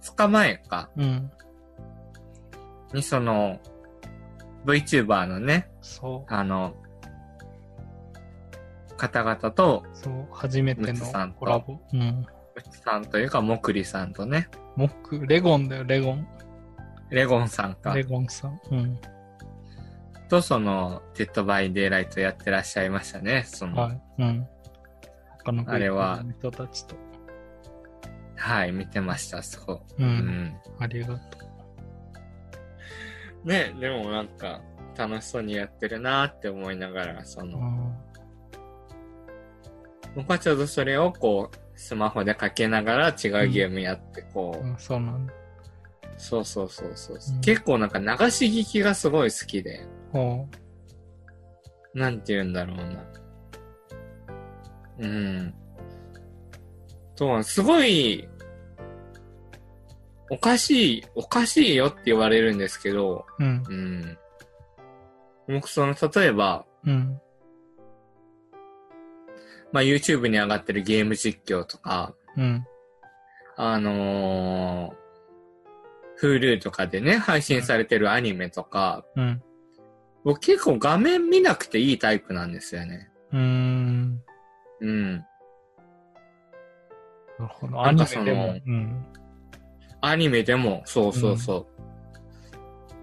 A: 2日前か、
B: うん。
A: にその、VTuber のね、
B: そ
A: あの、方々と
B: う。、そう。初めて
A: ムツさん
B: の
A: と
B: コラボ。うん。
A: うちさんというか、もくりさんとね、
B: モック、レゴンだよ、レゴン。
A: レゴンさんか
B: レ、ゴンさん。うん。
A: とその、デッドバイデイライトやってらっしゃいましたね、その、は、
B: はいい。うん。他の
A: あれは
B: 人たちと。
A: 見てました、そこ。
B: う。
A: うんん。
B: ありがと。
A: ね、でもなんか、楽しそうにやってるなーって思いながら、そう
B: う
A: の、
B: ん
A: 僕はちょうどそれをこう、スマホでかけながら違うゲームやって、こう、
B: うん。そうなんだ。
A: そうそうそうそう、
B: うん
A: 結構なんか流し聞きがすごい好きで、
B: ほ
A: なんて言うんだろうな。うん。とは、すごい、おかしい、おかしいよって言われるんですけど、
B: う。うん。
A: うん。僕その、例えば、
B: うん。
A: まあ、YouTube に上がってるゲーム実況とか、
B: うん。
A: あのー、Hulu とかでね、配信されてるアニメとか、
B: うん。
A: 僕結構画面見なくていいタイプなんですよね。
B: うーん。
A: うん。
B: なるほど。
A: な
B: ア
A: ん
B: ニ
A: かそ
B: メ
A: の
B: でも。うん。
A: アニメでも、そうそうそう。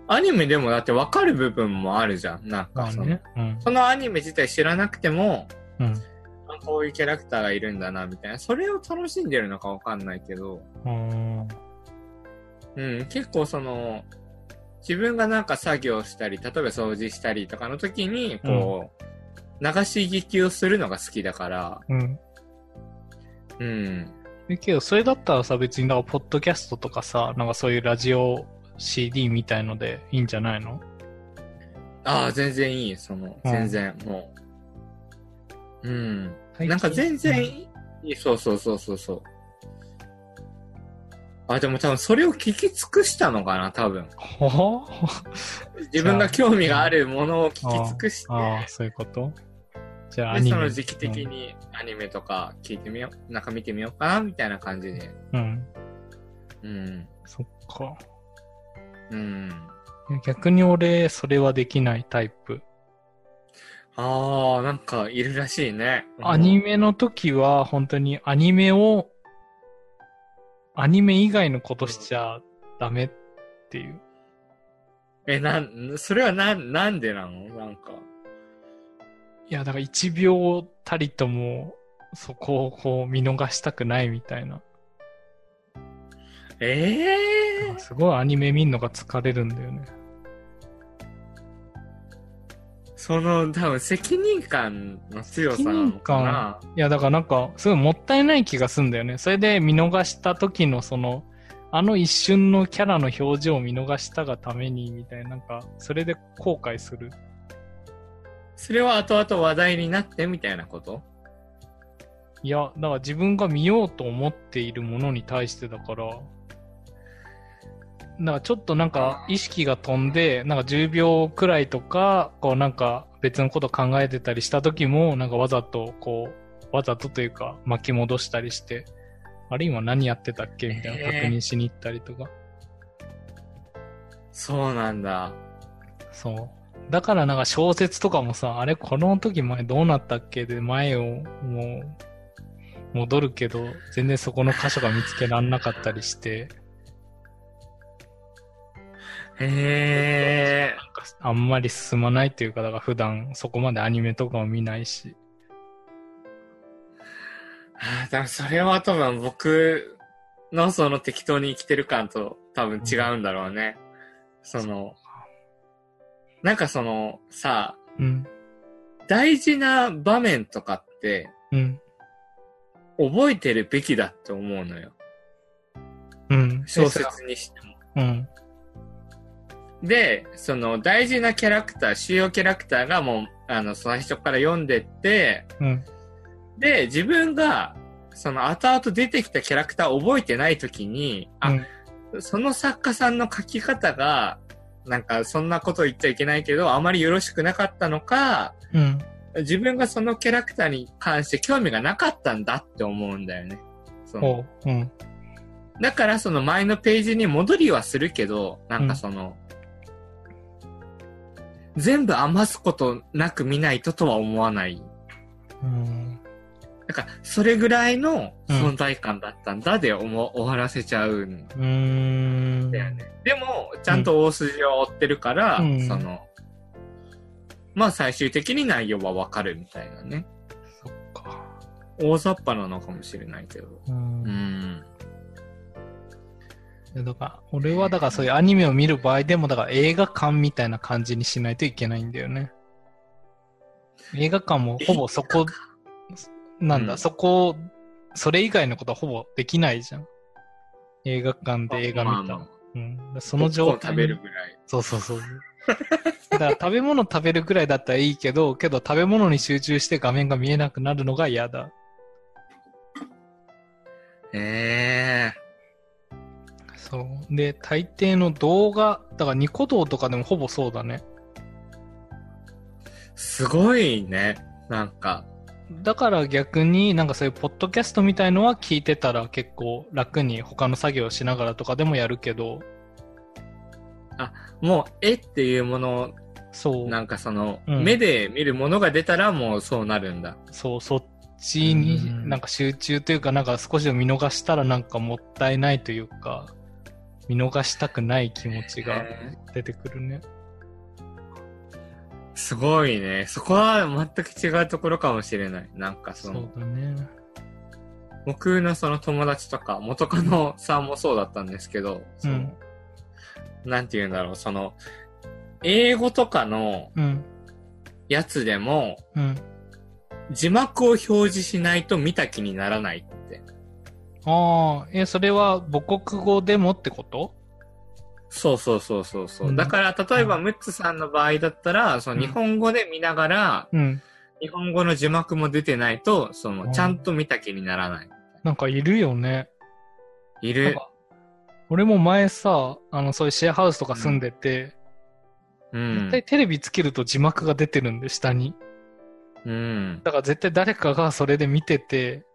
A: アニメでもだってわかる部分もあるじゃん。なんか
B: まあ
A: その、
B: ね。うん。
A: そのアニメ自体知らなくても、
B: うん。
A: あこういうキャラクターがいるんだな、みたいな。それを楽しんでるのかわかんないけど、
B: うん
A: うん、結構その、自分がなんか作業したり、例えば掃除したりとかの時に、こう、流し聞きをするのが好きだから、
B: うん。
A: うん。
B: えけど、それだったらさ、別に、なんか、ポッドキャストとかさ、なんかそういうラジオ CD みたいのでいいんじゃないの
A: ああ、全然いい、その、
B: うん
A: 全然、もう。うん。なんか全然 いい、そうそうそうそうそう。あ、でも多分それを聞き尽くしたのかな、多分。
B: ほほ
A: 自分が興味があるものを聞き尽くして、
B: ああ、そういうことじゃあ、ア
A: で
B: ニメ。
A: その時期的にアニメとか聞いてみよう、なんか見てみようかな、みたいな感じで。
B: うん。うん。
A: うん。
B: そっか。
A: うん。
B: いや逆に俺、それはできないタイプ。
A: ああ、なんかいるらしいね。
B: アニメの時は、本当にアニメを、アニメ以外のことしちゃダメっていう。
A: うんえ、なん、それはなん、なんでなのなんか。
B: いや、だから一秒たりとも、そこをこう見逃したくないみたいな。
A: ええ
B: すごいアニメ見るのが疲れるんだよね。
A: その、多分責任感の強さなのかな。
B: いや、だからなんか、すごいもったいない気がするんだよね。それで見逃した時のその、あの一瞬のキャラの表情を見逃したがために、みたいな、なんか、それで後悔する。
A: それは後々話題になってみたいなこと
B: いや、だから自分が見ようと思っているものに対してだから、だからちょっとなんか意識が飛んで、なんか10秒くらいとか、こうなんか別のこと考えてたりした時も、なんかわざとこう、わざとというか巻き戻したりして、あれ今何やってたっけみたいな
A: へえ
B: 確認しに行ったりとか。
A: そうなんだ。
B: そう。だからなんか小説とかもさ、あれこの時前どうなったっけで前をもう戻るけど、全然そこの箇所が見つけらんなかったりして、
A: へえ
B: なんかあんまり進まないというか、だから普段そこまでアニメとかを見ないし。
A: あー。でもそれは多分僕のその適当に生きてる感と多分違うんだろうね。その、なんかそのさ、
B: うん、
A: 大事な場面とかって
B: うん、
A: 覚えてるべきだって思うのよ。
B: うん、
A: 小説にしても。
B: うん、
A: で、その大事なキャラクター、主要キャラクターがもう、あの、その人から読んでって、
B: うん、
A: で、自分が、その後々出てきたキャラクターを覚えてないときに、あ、
B: うん
A: その作家さんの書き方が、なんかそんなこと言っちゃいけないけど、あまりよろしくなかったのか、
B: うん。
A: 自分がそのキャラクターに関して興味がなかったんだって思うんだよね。その
B: おう、うん、
A: だからその前のページに戻りはするけど、なんかその、全部余すことなく見ないととは思わない。
B: うん。
A: なんか、それぐらいの
B: うん
A: 存在感だったんだで思、終わらせちゃうん
B: うーん。
A: だよね。でも、ちゃんと大筋を追ってるから、
B: うん
A: その、まあ最終的に内容はわかるみたいなね。
B: そっか。
A: 大雑把なのかもしれないけど。
B: うん
A: うん。
B: いやだから俺はだからそういうアニメを見る場合でもだから映画館みたいな感じにしないといけないんだよね。映画館もほぼそこ、なんだ、
A: うん
B: そこ、それ以外のことはほぼできないじゃん。映画館で映画見た
A: まあ
B: ら
A: ま。あ
B: うん、その状
A: ポップコーン食
B: 態
A: べる。ぐらい。
B: そうそうそう。だから食べ物食べるくらいだったらいいけど、けど食べ物に集中して画面が見えなくなるのが嫌だ。
A: え
B: そう。で、大抵の動画、だからニコ動とかでもほぼそうだね。
A: えすごいね。なんか。
B: だから逆になんかそういうポッドキャストみたいのは聞いてたら結構楽に他の作業をしながらとかでもやるけど、
A: もう、絵っていうもの
B: そ
A: を、
B: う、
A: なんかその、
B: うん
A: 目で見るものが出たらもうそうなるんだ。
B: そう、そっち
A: うん
B: になんか集中というかなんか少しでも見逃したらなんかもったいないというか、見逃したくない気持ちが
A: へ
B: 出てくるね。
A: えすごいね。そこは全く違うところかもしれない。なんかそ
B: そ
A: の、
B: うだね。
A: 僕のその友達とか、元カノさんもそうだったんですけど、その
B: うん
A: なんて言うんだろう、その、英語とかの
B: うん、
A: やつでも、
B: うん。
A: 字幕を表示しないと見た気にならないって。
B: ああ、え、それは母国語でもってこと
A: そうそうそうそうそう。
B: うん
A: だから、例えば、ムッツさんの場合だったら、その日本語で見ながら、
B: うん。
A: 日本語の字幕も出てないと、そ
B: うん
A: の、ちゃんと見た気にならない。
B: なんかいるよね。
A: い
B: なん
A: る。
B: か俺も前さ、あの、そういうシェアハウスとか住んでて、
A: う
B: 絶
A: ん。
B: 対テレビつけると字幕が出てるんで、下に。
A: うん。
B: だから絶対誰かがそれで見てて、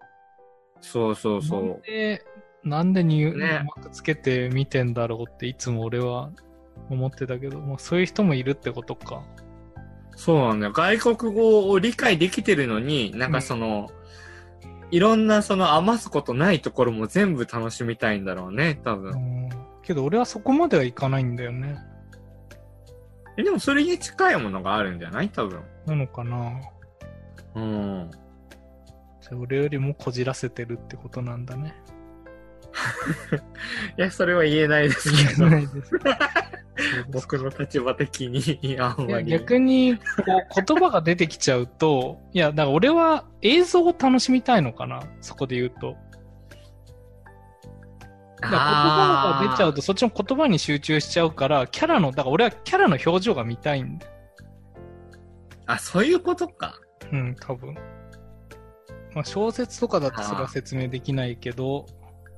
A: そうそうそ
B: なん
A: う。
B: で、なんでに字
A: ね
B: 幕つけて見てんだろうっていつも俺は思ってたけど、まあ、そういう人もいるってことか。
A: そうなんだよ。外国語を理解できてるのに、なんかその、いろんなその余すことないところも全部楽しみたいんだろうね、多
B: う
A: 分。
B: ん。けど俺はそこまではいかないんだよね。
A: えでもそれに近いものがあるんじゃない多分。
B: なのかな。
A: うん。
B: じゃあ俺よりもこじらせてるってことなんだね。
A: いや、それは言えないですけ
B: 言
A: ど
B: えな、 いです。
A: 僕の立場的に、あん
B: い
A: ま
B: や
A: り。
B: 逆にこう言葉が出てきちゃうといやだから俺は映像を楽しみたいのかなそこで言うとだから言葉が出ちゃう
A: と。
B: とそっちの言葉に集中しちゃうからキャラのだから俺はキャラの表情が見たいんだよ
A: あ、そういうことか。
B: うん多分、まあ、小説とかだとそれは説明できないけど、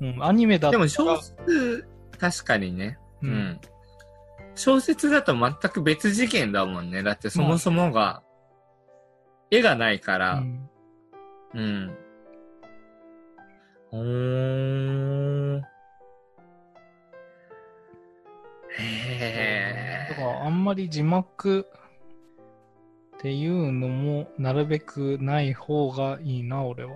B: うん、アニメだと
A: でも小説、確かにね。
B: う
A: うんん。小説だと全く別事件だもんね。だってそもそもが、絵がないか
B: う
A: ら、
B: ん
A: うん。ほーん。へ
B: だ
A: え。
B: からあんまり字幕っていうのも、なるべくない方がいいな、俺は。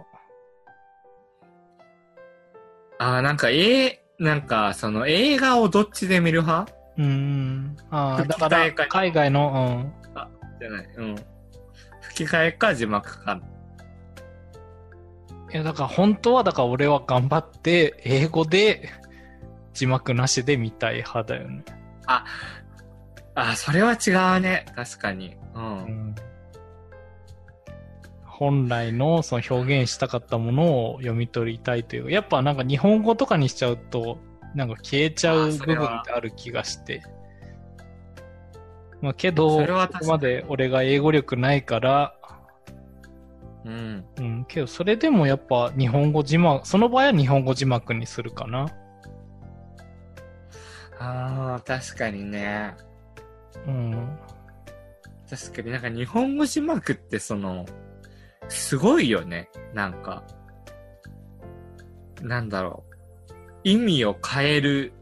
A: あーなんか、えー、なんか、その映画をどっちで見る派
B: うんうん。ああ、
A: 吹き替
B: だか
A: え
B: ら、
A: か
B: 海外の、
A: じゃない。うん。吹き替えか字幕か。
B: うん。いや、だから本当は、だから俺は頑張って、英語で、字幕なしで見たい派だよね。
A: あー、それは違うね。確かに。うん。
B: 本来のその表現したかったものを読み取りたいというやっぱなんか日本語とかにしちゃうとなんか消えちゃ
A: あー
B: う
A: そ
B: 部
A: れ
B: 分
A: は
B: ってある気がしてまあけど
A: それは確
B: こ
A: か
B: こ
A: に
B: まで俺が英語力ないから
A: うん。
B: うんけどそれでもやっぱ日本語字幕その場合は日本語字幕にするかな
A: ああ、確かにね。
B: うん
A: 確かになんか日本語字幕ってその、すごいよね。なんか、なんだろう。意味を変える、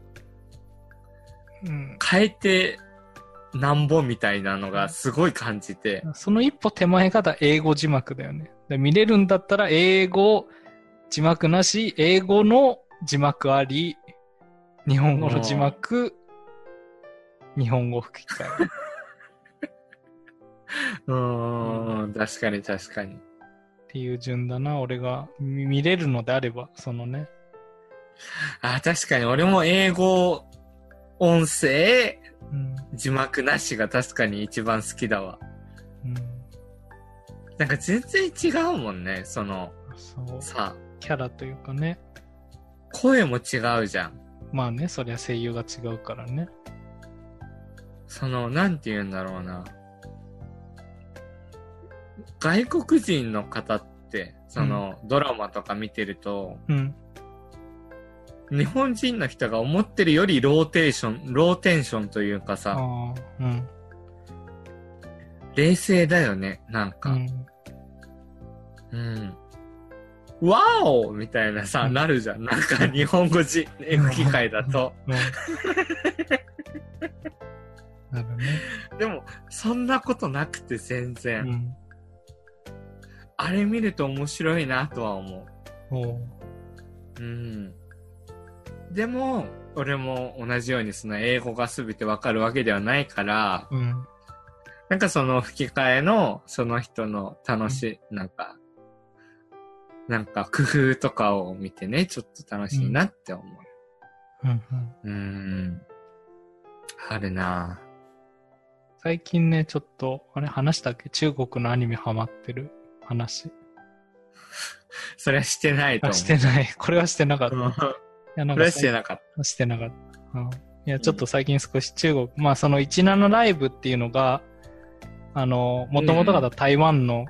B: うん
A: 変えてなんぼみたいなのがすごい感じて。
B: その一歩手前がだ英語字幕だよね。で見れるんだったら英語字幕なし、英語の字幕あり、日本語の字幕、日本語吹き替え。
A: うーん、確かに確かに。
B: っていう順だな、俺が。み見れるのであれば、そのね。
A: あー、確かに俺も英語、音声、
B: うん。
A: 字幕なしが確かに一番好きだわ。
B: うん、
A: なんか全然違うもんね。その、
B: そう。
A: さ、
B: キャラというかね。
A: 声も違うじゃん。
B: まあね、そりゃ声優が違うからね。
A: その、なんて言うんだろうな。外国人の方って、その、ドラマとか見てると、
B: うん。
A: 日本人の人が思ってるよりローテーション、ローテンションというか
B: あ
A: さ、
B: あ、うん。
A: 冷静だよね、なん
B: う
A: か。うん。
B: ん。
A: わおみたいなさ、
B: うん
A: なるじゃん。なんか日本語字、絵吹き替えだと。
B: うん。なるね。
A: でも、そんなことなくて全
B: う
A: 然。
B: ん。
A: あれ見ると面白いなとは思う。
B: おう。
A: うん。でも、俺も同じようにその英語が全てわかるわけではないから、
B: うん。
A: なんかその吹き替えのその人の楽しい、なんか、なんか工夫とかを見てね、ちょっと楽しいなって思
B: うんうん。
A: う。うーん。あるなぁ
B: 最近ね、ちょっと、あれ話したっけ中国のアニメハマってる話。
A: それはしてないと
B: あ、
A: 思う。
B: してない。 これはしてなかった。い
A: うんそ
B: や、なん
A: れ
B: か
A: はしてなかっ
B: 最近してなかった。うんいや、ちょっと最近少し中国、まあその17ライブっていうのが、あの、もともとが台湾の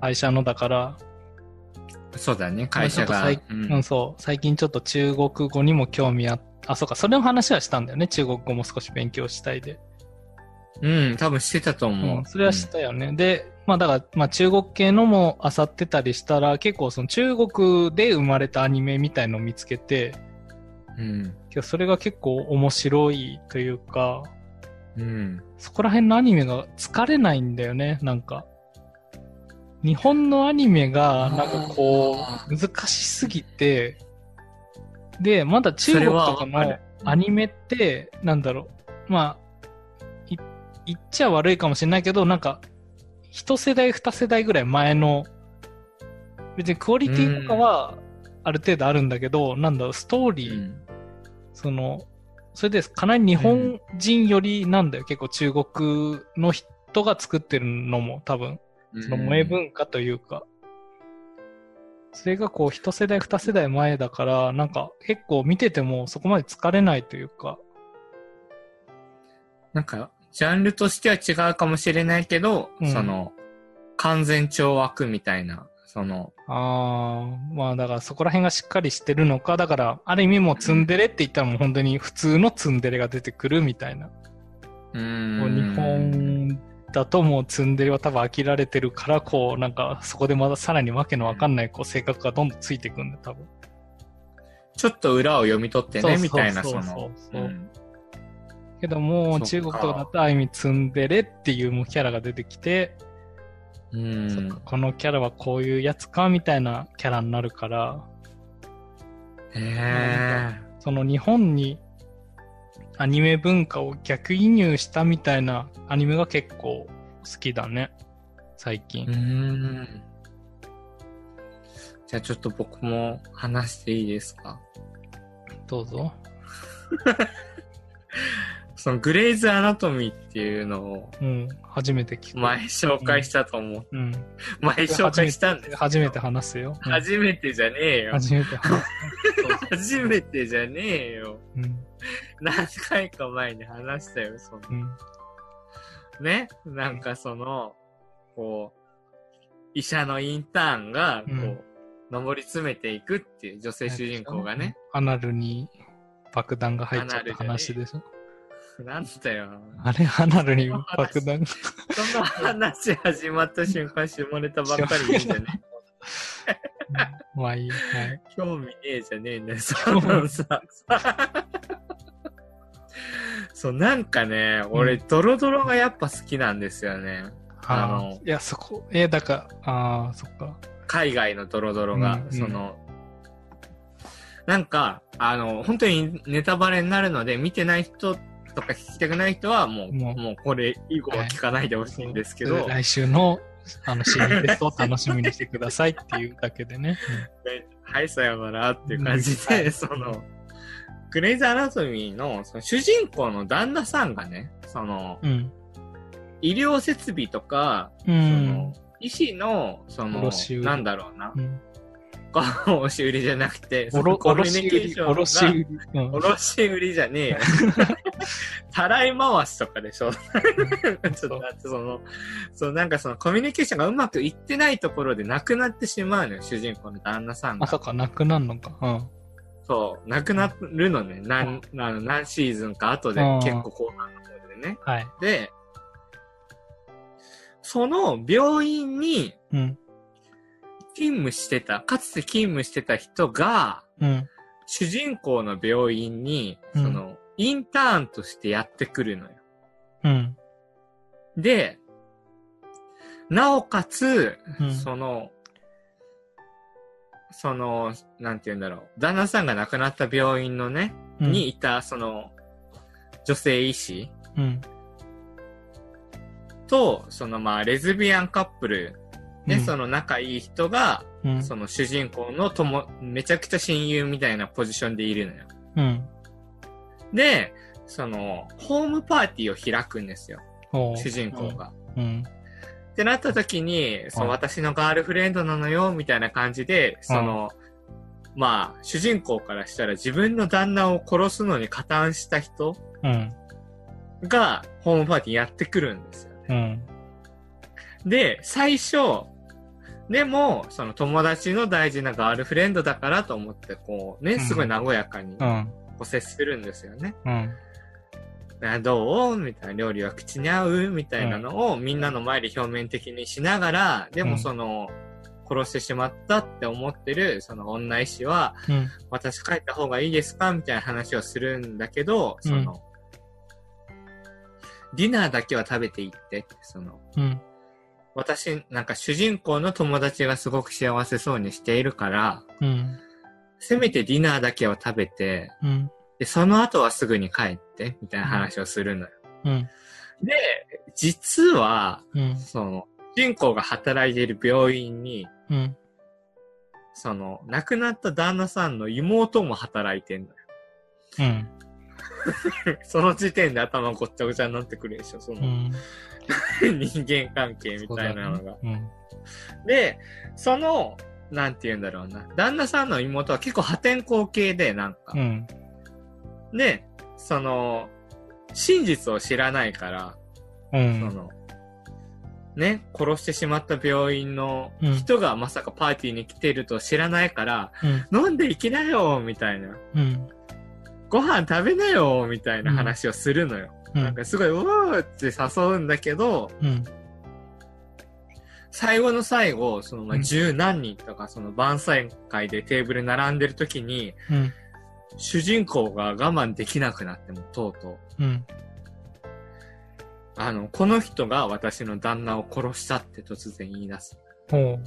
B: 会社のだから、
A: た。そうだね、会社
B: ま
A: が。
B: あちょっと最
A: うん
B: うん、そう、最近ちょっと中国語にも興味あっあ、そうか、それの話はしたんだよね。中国語も少し勉強したいで。
A: うん、多分してたと思う。
B: うん、それは知ったよね。で、まあだから、まあ中国系のも漁ってたりしたら、結構その中国で生まれたアニメみたいのを見つけて、
A: うん。
B: けどそれが結構面白いというか、
A: うん。
B: そこら辺のアニメが疲れないんだよね、なんか。日本のアニメが、なんかこ
A: あ
B: う、難しすぎて、で、まだ中国とか
A: それはわか
B: の
A: る
B: アニメって、なんだろう、まあ、い言っちゃ悪いかもしれないけど、なんか、一世代、二世代ぐらい前の、別にクオリティとかは、ある程度あるんだけど、なんだろう、ストー
A: う
B: リー、
A: ん。
B: その、それでかなり日本人よりなんだよ、結構中国の人が作ってるのも多分、その萌え文化というか、それがこう一世代二世代前だから、なんか結構見ててもそこまで疲れないというか、
A: なんか、ジャンルとしては違うかもしれないけど、
B: うん
A: その、完全懲悪みたいな、その、
B: あー、まあだからそこら辺がしっかりしてるのか、だからある意味もうツンデレって言ったらもう本当に普通のツンデレが出てくるみたいな。
A: う
B: もう
A: ーん
B: 日本だともうツンデレは多分飽きられてるからこうなんかそこでまださらにわけのわかんないこう性格がどんどんついてくんだよ多分
A: ちょっと裏を読み取って
B: そう
A: ね、
B: そう
A: みたいな、
B: そ
A: そうの、
B: そう
A: うん
B: けども
A: そ
B: う中
A: っか
B: 国とかだとあいみツンデレっていうもうキャラが出てきて、
A: うん。
B: このキャラはこういうやつかみたいなキャラになるから、
A: へえ。
B: その日本にアニメ文化を逆輸入したみたいなアニメが結構好きだね、最近。
A: うん。じゃあちょっと僕も話していいですか
B: どうぞ。
A: そのグレイズアナトミーっていうのを
B: うん、初めて聞く。
A: 前紹介したと思う。
B: うん。
A: 前紹介したんです。
B: 初めて話すよ。うん
A: 初めてじゃねえよ。
B: 初めて話す。そうそ
A: 初めてじゃねえよ。
B: ううん
A: 何回か前に話したよ、その。
B: うん
A: ね、なんかその、こう、医者のインターンが、こう、
B: うん
A: 登り詰めていくっていう女性主人公がね、。
B: アナルに爆弾が入っちゃった話でしょ。
A: なんだよ。
B: あれ、 アナルに爆弾。
A: その話始まった瞬間、下ネタばっかり言うんじゃね
B: まあいいよ。はい。
A: 興味ねえじゃねえんだよ、そのさ。そう、なんかね、俺、ドロドロがやっぱ好きなんですよね。あ
B: あ
A: の
B: の、いや、そこ、え、だから、ああ、そっか。
A: 海外のドロドロが、
B: うんうん
A: その、なんか、あの、本当にネタバレになるので、見てない人とか聞きたくない人は、もう、
B: も
A: も
B: う
A: うこれ以降は聞かないでほしいんですけど、
B: 来週の、あの、シーンフェスを楽しみにしてくださいっていうだけでね。
A: はい、さようならっていう感じ
B: うんは
A: で、
B: い
A: その、グレイズアナトミーのその主人公の旦那さんがね、その、
B: うん。
A: 医療設備とか、
B: う
A: そ
B: ん
A: の。医師の、その
B: 卸売、
A: なんだろうな、
B: うん
A: 卸売りじゃなくて、
B: お
A: そ
B: ろ
A: の、コ
B: お
A: ミ
B: ろ
A: ュ
B: し
A: ニ
B: 売
A: ケー
B: り、
A: ション
B: おろし
A: が
B: 売り。うん
A: おろし売りじゃねえ よ。たらい回しとかでしょ。ちょっとだってその、そうなんかそのコミュニケーションがうまくいってないところでなくなってしまうのよ、主人公の旦那さん
B: あ、
A: が。
B: そっか、なくなるのか。
A: そう、なくなるのね。なん、あの何シーズンか後で
B: うん、
A: 結構後半の方でね。
B: うん。はい。
A: で、その病院に
B: うん。
A: 勤務してた、かつて勤務してた人が、
B: うん。
A: 主人公の病院に、
B: うん
A: その、インターンとしてやってくるのよ。
B: うん。
A: で、なおかつ、
B: うん
A: その、その、なんて言うんだろう。旦那さんが亡くなった病院のね、
B: うん
A: にいた、その、女性医師
B: うん。
A: と、そのまあ、レズビアンカップルで、
B: うん
A: その仲いい人が、
B: うん。
A: その主人公の友、めちゃくちゃ親友みたいなポジションでいるのよ。
B: うん。
A: で、その、ホームパーティーを開くんですよ。
B: おう
A: 主人公が。
B: うん。
A: ってなった時に、そう、
B: はい
A: 私のガールフレンドなのよ、みたいな感じで、その、まあ、主人公からしたら自分の旦那を殺すのに加担した人
B: うん。
A: が、ホームパーティーやってくるんですよ。
B: うん。
A: で、最初、でも、その友達の大事なガールフレンドだからと思って、こう、ね、すごい和やかに
B: う
A: こ
B: ん。
A: う接するんですよね。
B: うん。
A: あどうみたいな、料理は口に合うみたいなのをみんなの前で表面的にしながら、で
B: うん
A: もその、殺してしまったって思ってる、その女医師は、
B: うん。
A: 私帰った方がいいですかみたいな話をするんだけど、その、ディナーだけは食べていってって、その、
B: うん。
A: 私、なんか主人公の友達がすごく幸せそうにしているから、
B: うん。
A: せめてディナーだけは食べて、
B: うん。
A: で、その後はすぐに帰って、みたいな話をするのよ。
B: うん。
A: で、実は、
B: うん。
A: その、主人公が働いている病院に、
B: うん。
A: その、亡くなった旦那さんの妹も働いてんのよ。
B: うん。
A: その時点で頭ごっちゃごちゃになってくるでしょ、その、
B: うん。
A: 人間関係みたいなのが。
B: うん。
A: で、その、なんて言うんだろうな。旦那さんの妹は結構破天荒系で、なんか。
B: うん。
A: で、その、真実を知らないから、
B: う
A: そ
B: ん。
A: の、ね、殺してしまった病院の
B: うん
A: 人がまさかパーティーに来ていると知らないから、
B: うん。
A: 飲んでいきなよみたいな。
B: うん。
A: ご飯食べなよみたいな話をするのよ。
B: うん。
A: なんかすごい、うわーって誘うんだけど、
B: うん。
A: 最後の最後、そのま
B: う
A: あ
B: ん
A: 十何人とか、その晩餐会でテーブル並んでる時に、
B: うん。
A: 主人公が我慢できなくなっても、とうとう。
B: うん。
A: あの、この人が私の旦那を殺したって突然言い出す。
B: ほ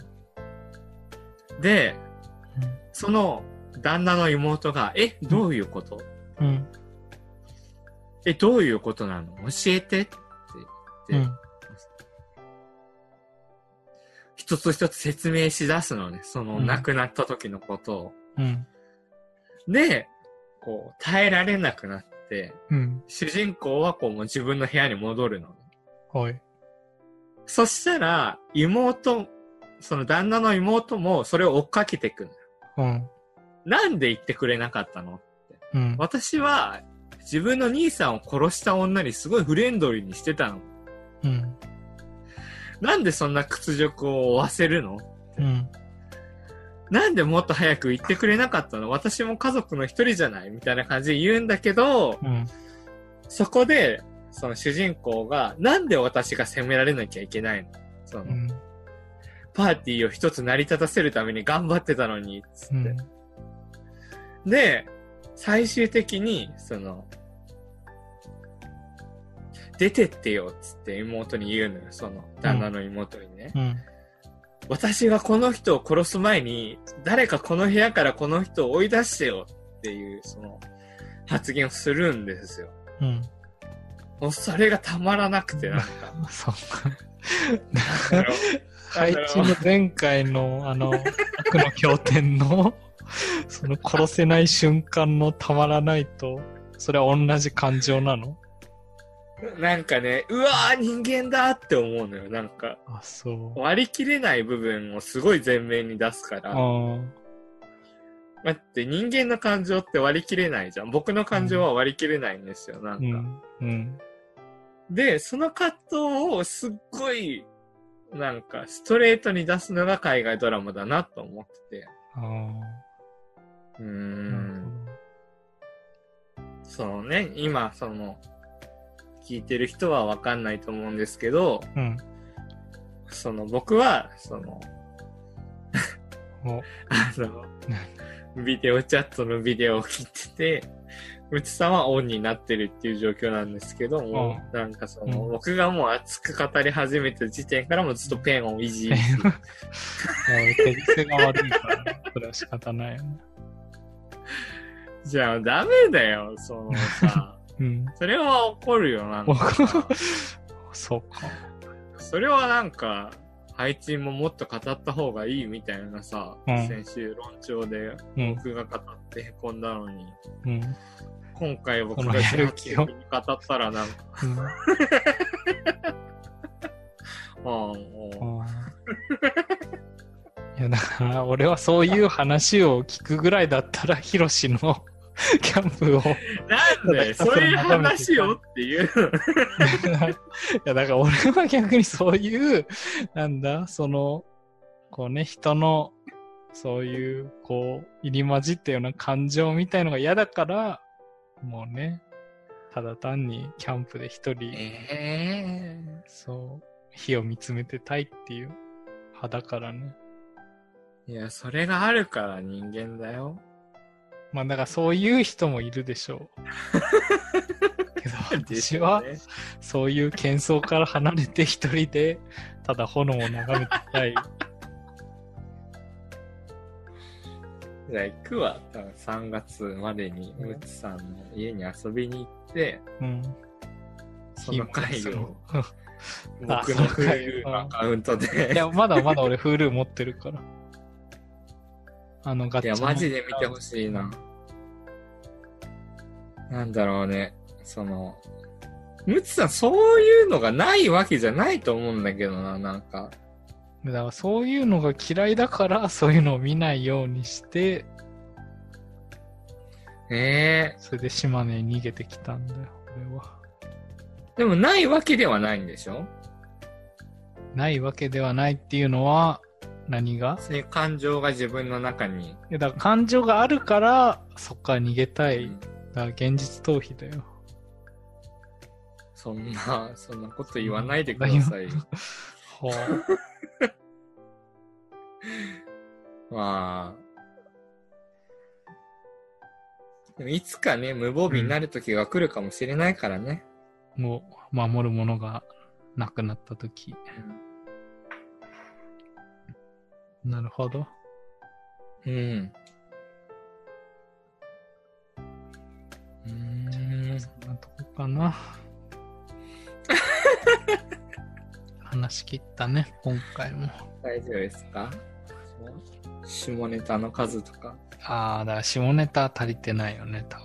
A: で
B: うん、
A: その旦那の妹が、え、どういうこと、
B: う。うん。
A: え、どういうことなの教えてって
B: う
A: 言って、
B: ん。
A: 一つ一つ説明し出すのね、その
B: うん
A: 亡くなった時のことを。
B: うん。
A: で、こう、耐えられなくなって、
B: うん。
A: 主人公はこう、もう自分の部屋に戻るのね。
B: はい。
A: そしたら、妹、その旦那の妹もそれを追っかけてくる。
B: うん。
A: なんで言ってくれなかったの
B: うん。
A: 私は自分の兄さんを殺した女にすごいフレンドリーにしてたの。
B: うん。
A: なんでそんな屈辱を負わせるの
B: うん。
A: なんでもっと早く言ってくれなかったの私も家族の一人じゃないみたいな感じで言うんだけど、
B: うん。
A: そこで、その主人公が、なんで私が責められなきゃいけないのその、
B: うん。
A: パーティーを一つ成り立たせるために頑張ってたのに、つって。
B: うん。
A: で、最終的に、その、出てってよっつって妹に言うのよ、その、旦那の妹にね。
B: うん。
A: 私がこの人を殺す前に、誰かこの部屋からこの人を追い出してよっていう、その、発言をするんですよ。
B: うん。
A: もうそれがたまらなくて、なんか。
B: そうか。
A: なんだろ
B: 配置の前回の、あの、悪の経典の、その殺せない瞬間のたまらないと、それは同じ感情なの
A: うなんかね、うわー人間だって思うのよ、なんか。
B: あ、そう。
A: 割り切れない部分をすごい前面に出すから。
B: あー
A: 待って、人間の感情って割り切れないじゃん。僕の感情は割り切れないんですよ、なん
B: う
A: か。
B: ん。うん。
A: で、その葛藤をすっごい、なんか、ストレートに出すのが海外ドラマだなと思ってて。
B: あ
A: うー
B: あ。
A: ん。そのね、今、その、聞いてる人はわかんないと思うんですけど、
B: うん。
A: その、僕は、その、
B: お
A: あの、ビデオチャットのビデオを切ってて、うちさんはオンになってるっていう状況なんですけども、なんかその、
B: うん
A: 僕がもう熱く語り始めた時点からもうずっとペンをいじり、
B: もう手癖が悪いからね、それは仕方ないよね。
A: じゃあダメだよ、そのさ、
B: うん。
A: それは怒るよ、なんかさ。
B: そうか。
A: それはなんか、配置ももっと語った方がいいみたいなさ、
B: うん
A: 先週論調で
B: うん。
A: 僕が語ってへこんだのに、
B: うん。うん
A: 今回僕
B: この
A: が
B: や
A: 自
B: る
A: 発
B: 気
A: 的
B: を
A: に語ったらなんか、ああ、もう。
B: あーいやだから俺はそういう話を聞くぐらいだったらヒロシの キャンプをい
A: なんで、そういう話よっていう。
B: やだから俺は逆にそういうなんだそのこうね人のそういうこう入り混じったような感情みたいのが嫌だからもうねただ単にキャンプで一人
A: え
B: そう火を見つめてたいっていう派だからね
A: えいや、それがあるから人間だよ。
B: まあだからそういう人もいるでしょ う。けど私は
A: で
B: そういう喧騒から離れて一人でただ炎を眺めてたい。
A: じゃあ行くわ。多分3月までに、
B: うん
A: ムツさんの家に遊びに行って、
B: うん。
A: その回を僕
B: あ
A: のフール
B: その回
A: のアカウント
B: い
A: で。
B: や、まだまだ俺 Hulu 持ってるから。あのガ
A: い
B: チャ
A: や、
B: の
A: マジで見てほしいな。なんだろうね。その、ムツさん、そういうのがないわけじゃないと思うんだけどな、なんか。
B: だからそういうのが嫌いだからそういうのを見ないようにして、
A: ええ
B: それで島根に逃げてきたんだよ、俺は。
A: でもないわけではないんでしょ
B: ないわけではないっていうのは、何が
A: そういう感情が自分の中に。
B: いやだから感情があるからそっから逃げたい、
A: うん
B: だから現実逃避だよ
A: そんな、そんなこと言わないでくださいよ。
B: ほう
A: まあ。でもいつかね、無防備になる時が来るかもしれないからね。
B: もう守るものがなくなった時なるほど。
A: うん。うーん。
B: そんなとこ かな。話し切ったね、今回も。
A: 大丈夫ですか下ネタの数とか。
B: ああ、だから下ネタ足りてないよね、多分。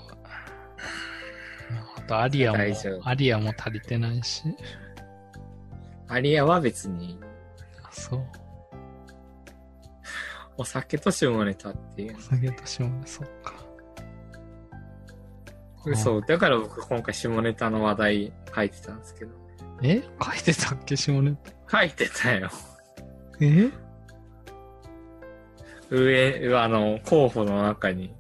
B: あと、アリアも
A: 大丈、夫
B: アリアも足りてないし。
A: アリアは別に、
B: あそう。
A: お酒と下ネタっていう
B: お。酒と下ネタ、そっか。
A: 嘘。だから僕今回下ネタの話題書いてたんですけど。
B: え書いてたっけ、下ネタ。
A: 書いてたよ。
B: え
A: 上、あの、候補の中に。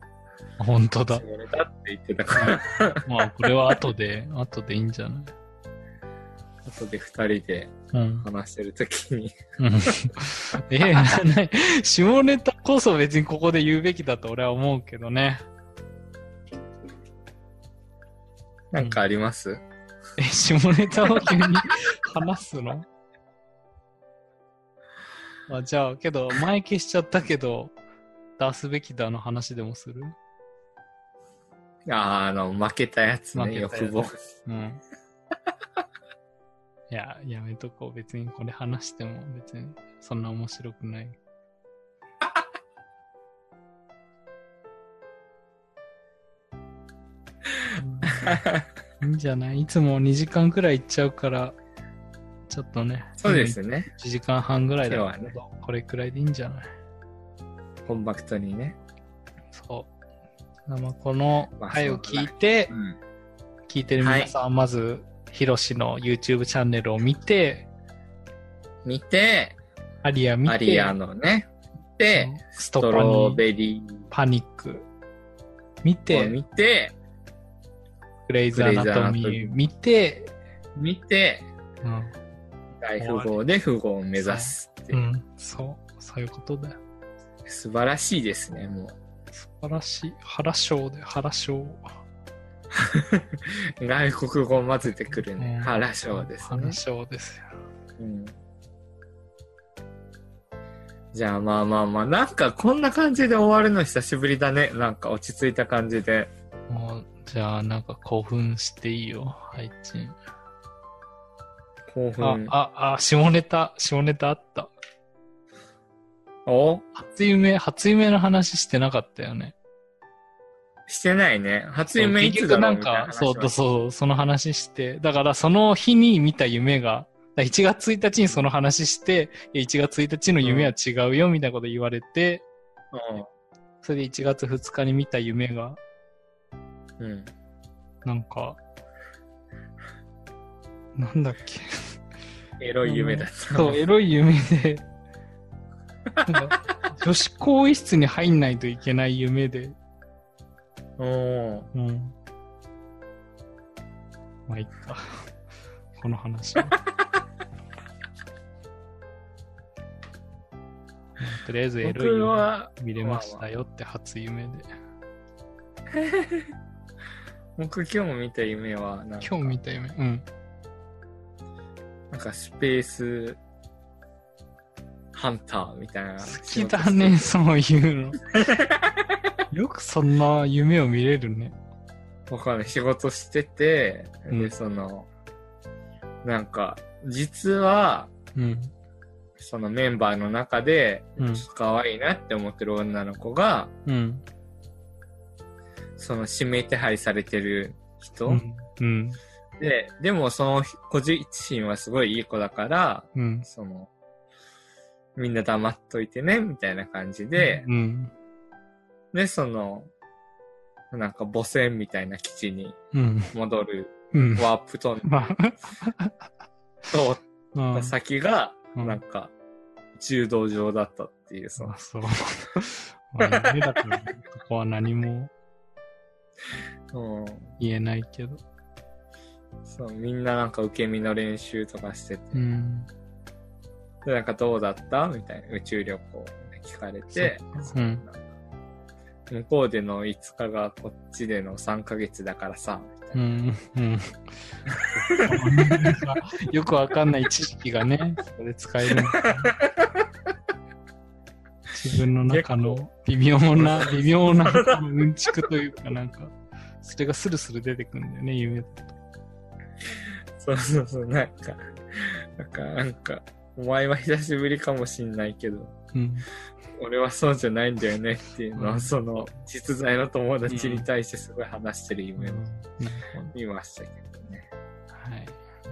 B: 本当
A: 下
B: だ。
A: ネタって言ってたから。
B: まあ、これは後で、 後でいいんじゃない
A: 後で二人で
B: うん。
A: 話してるときに。
B: うん え、なない下ネタこそ別にここで言うべきだと俺は思うけどね。
A: なんかあります
B: え、下ネタを急に話すの まあ、じゃあ、けど、前消しちゃったけど、出すべきだの話でもする
A: あーあの、負けたやつ
B: 負
A: ね、
B: けたやつ
A: 欲望。
B: うん。いや、やめとこう。別にこれ話しても別にそんな面白くない。うんいいんじゃないいつも2時間くらい行っちゃうから、ちょっとね。
A: そうですね。
B: 1時間半ぐらいだ
A: 今
B: け
A: 日はね
B: ど、これくらいでいいんじゃない
A: コンパクトにね。
B: そう。まあ、この
A: まあ
B: 回を聞いて、
A: ん。
B: 聞いてる皆さんはまず、ヒロシの YouTube チャンネルを見て、
A: 見て、
B: アリア見て、
A: アリアのね、で、
B: ス
A: ス
B: ト
A: ト
B: パ
A: ロ
B: ニー
A: ベリー
B: パニック見
A: を
B: て、
A: 見て、
B: グレイズアナトミ
A: グレイズアナトミ
B: ー見て、
A: 見て、
B: うん、
A: 大富豪で富豪を目指すって、
B: うん、そう、そういうことだよ。
A: 素晴らしいですね、も
B: 素晴らしい。原章で、原章。
A: う。外国語混ぜてくるね
B: う。ん
A: 原章ですね
B: 原。章ですよ。
A: うんじゃあまあまあまあ、なんかこんな感じで終わるの久しぶりだね。なんか落ち着いた感じで。
B: もう、じゃあ、なんか興奮していいよ、配置。
A: 興
B: あ
A: 奮、。
B: あ、あ、下ネタ、下ネタあった。
A: お
B: 初夢、初夢の話してなかったよね。
A: してないね。初夢い
B: 結
A: つ
B: 局
A: だ
B: な
A: ろうんみたいな話
B: か、そうそう
A: は
B: そう、その話して、だからその日に見た夢が、だから1月1日にその話して、いや1月1日の夢は違うよみたいなこと言われて、それで1月2日に見た夢が、
A: うん。うん。
B: なんか、なんだっけ。
A: エロい夢だった。
B: そう、エロい夢で、なんか女子更衣室に入んないといけない夢で、
A: うん。
B: うん。まあ、いっか。この話。 とりあえずエロい
A: 僕
B: 夢
A: は、
B: 見れましたよって初夢で。
A: 僕今日見た夢はなんか、
B: 今日見た夢。うん。
A: なんかスペースハンターみたいな。
B: 好きだね、そういうの。 よくそんな夢を見れるね。
A: 僕はね、仕事してて、で、
B: うん
A: その、なんか、実は、
B: うん。
A: そのメンバーの中で、
B: うん
A: ちょっと可愛いなって思ってる女の子が、
B: うん。
A: その指名手配されてる人、
B: うん。うん。
A: で、でもその個人身はすごいいい子だから、
B: うん。
A: その、みんな黙っといてね、みたいな感じで、
B: うん。
A: で、その、なんか母船みたいな基地に
B: うん。
A: 戻る
B: うん。
A: ワープトン
B: ま
A: 通っ
B: あ、う
A: た
B: ん
A: 先が、
B: うん
A: なんか、柔道場だったっていう、その
B: あ、、そう。 まあ、夢だから、ここは何も
A: うん、
B: 言えないけど。
A: そう、みんななんか受け身の練習とかしてて、
B: うん。
A: で、なんかどうだったみたいな、宇宙旅行聞かれて、
B: そううん
A: 向こうでの5日がこっちでの3ヶ月だからさ、みたい
B: うん、うん。 よくわかんない知識がね、そこで使えるのか な。自分の中の微妙な、微妙なうんちくというかなんか、それがスルスル出てくんだよね、夢って。
A: そうそうそう、なんか、なんか、なんか、お前は久しぶりかもしんないけど、
B: うん。
A: 俺はそうじゃないんだよねっていうの
B: う
A: は、
B: ん
A: その、実在の友達に対してすごい話してる夢を
B: なるほ
A: 見ましたけどね。
B: どはい。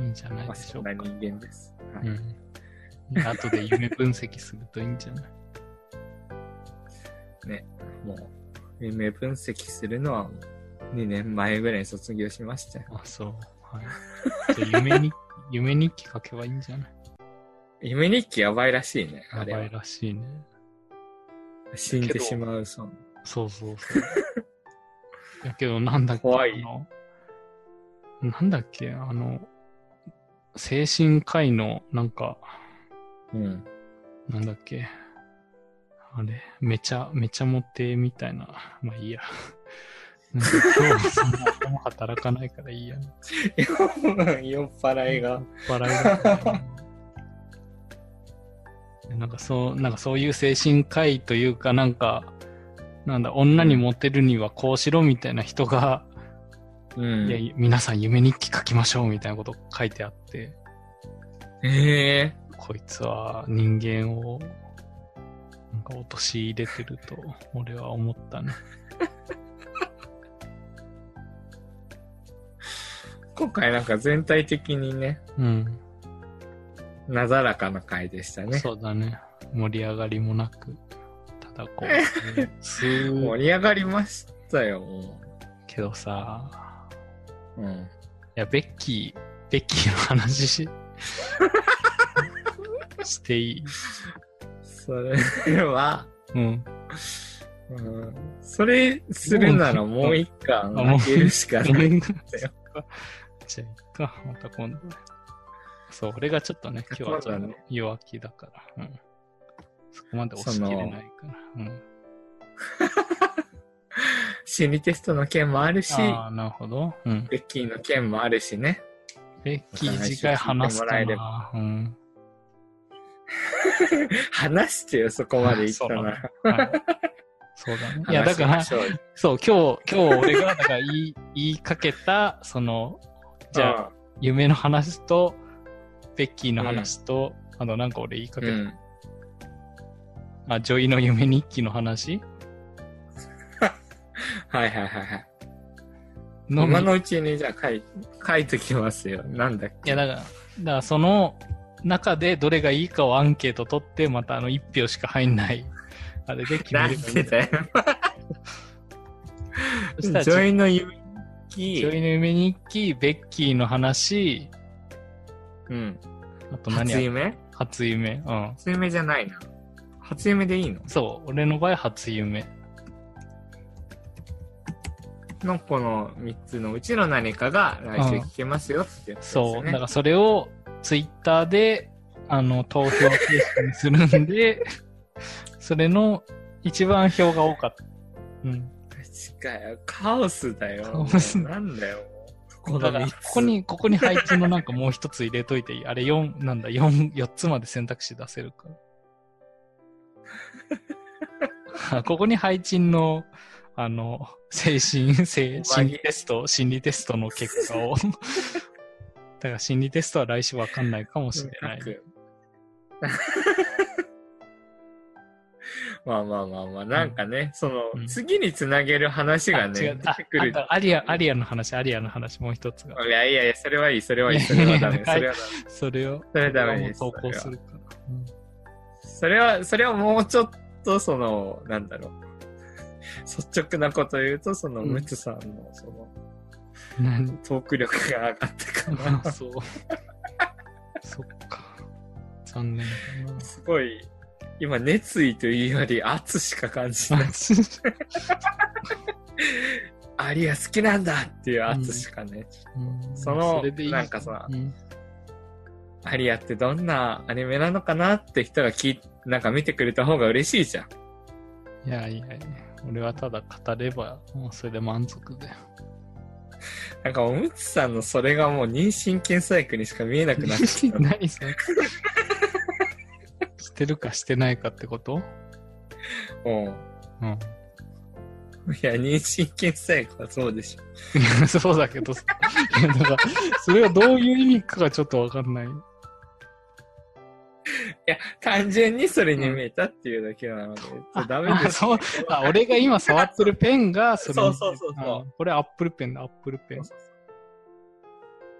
B: いいんじゃない
A: まあ、
B: でし
A: そ
B: ょ
A: ん
B: う
A: な
B: か。
A: 人間です。は
B: う
A: い
B: ん。後で夢分析するといいんじゃない
A: もう、夢分析するのはもう2年前ぐらいに卒業しましたよ。
B: あ、そう。はい。じゃあ夢に、 夢日記書けばいいんじゃない
A: 夢日記やばいらしいね。あ
B: や
A: れ
B: ば
A: はい
B: らしいね。
A: 死んでしまうそう。
B: そうそうそう。やけど、なんだっけ、
A: 怖い
B: あの、なんだっけ、あの、精神科医の、なんか、
A: うん。
B: なんだっけ、あれ、めちゃ、めちゃモテみたいな、まあいいや。なんか今日、そんな頭働かないからいいや、ね。
A: 酔っ払いが。
B: 笑いが。なんかそう、なんかそういう精神科医というか、なんか、なんだ、女にモテるにはこうしろみたいな人が、
A: うん。
B: いや、皆さん夢日記書きましょうみたいなこと書いてあって、
A: ええ
B: こいつは人間を、なんか陥れてると、俺は思ったね。
A: 今回なんか全体的にね、
B: うん。
A: なだらかな回でしたね。
B: そうだね。盛り上がりもなく、ただ こう、すー
A: 盛り上がりましたよ、も
B: けどさ、
A: う。うん。
B: いや、ベッキー、ベッキーの話し、していい。
A: それは、
B: うん。
A: うん、それするならもう一巻
B: あもう
A: あげるしかない。
B: じゃあ、いっか。また今度。そう、俺がちょっとね、今日はちょっ
A: そう
B: と
A: だね
B: 弱気だから。うん。そこまで押し切れないから。うん。
A: 心理テストの件もあるし、
B: ああ、なるほど。うん。
A: ベッキーの件もあるしね。
B: ベッキー次回話す
A: また
B: か
A: 来週聞いても
B: な。うん。
A: 話してよ、そこまで言った
B: あ
A: ら。
B: はい、そうだね。いや、だ
A: 話し
B: から
A: ま、しょうよ
B: そう、今日、今日俺が、だから言い、言いかけた、その、じゃあ、
A: あ、
B: 夢の話と、ベッキーの話と、あとなんか俺言いかけ
A: う
B: た、
A: ん。
B: あ、女医の夢日記の話
A: はいはいはいはい。
B: のみ
A: 今のうちにじゃあ書い、書いときますよ。なんだっ
B: い
A: け。
B: や、だから、だからその中でどれがいいかをアンケート取って、またあの一票しか入んない、 あれで決
A: な
B: め
A: ん
B: ればいいん
A: で
B: だよ。
A: だよ。
B: そ
A: ジ
B: したら、
A: ョイの勇
B: 女
A: 気。
B: 医の夢日記、ベッキーの話、
A: うん。
B: あと何
A: 初
B: や
A: 夢
B: 初夢。うん。
A: 初夢じゃないな。初夢でいいの
B: そう、俺の場合初夢。
A: のこの3つのうちの何かが来週聞けますよってやつです
B: そ
A: よ
B: う、
A: ね。
B: だからそれをツイッターで、あの、投票形式にするんで、 それの一番票が多かった。うん。
A: 確かよ。カオスだよ。
B: カオス
A: なんだよ。こ
B: だ
A: の
B: から、
A: 3
B: こ
A: つ。
B: こに、ここに配置のなんかもう一つ入れといていい。あれ4、なんだ、4、4つまで選択肢出せ るから。ここに配置の、あの、精神、精心理テスト、心理テストの結 果を。だから心理テストは来週わかんないかもしれない。
A: く まあまあまあまあ、なんかね、その、
B: うん
A: 次につなげる話がね、
B: あ違う
A: 出てくる。
B: ああとアリア、アリアの話、アリアの話、もう一つが。
A: いやいやいや、それはいい、それはいい、それはダメ、
B: い
A: そ
B: やい
A: れ
B: や
A: はダメ。
B: それを、
A: それダメです
B: それを投稿するから。うん
A: それは、それはもうちょっと、その、なんだろう。率直なこと言うと、その、
B: うん
A: ムツさんの、その、
B: 何
A: トーク力が上がったかな。
B: そう。そっか。残念だな。
A: すごい、今、熱意というより圧しか感じ ない。アリア好きなんだっていう圧しかね。
B: うん
A: その
B: れでいい
A: なんかさ
B: うん
A: アリアってどんなアニメなのかなって人が聞い、なんか見てくれた方が嬉しいじゃん。
B: いやいやいや、俺はただ語れば、もうそれで満足だよ。
A: なんかおむつさんのそれがもう妊娠検査薬にしか 見えなくなっちゃう。
B: 何それしてるかしてないかってこと
A: も
B: うん。
A: ういや、妊娠検査薬はそうでしょ。
B: そうだけど、いやだからそれはどういう意味かがちょっとわかんない。
A: 単純にそれに見えたっていうだけなので、ダメ
B: あ
A: です。
B: そうあ俺が今触ってるペンがそれ
A: そうそうそうそう
B: あこれアップルペンだ、アップルペン。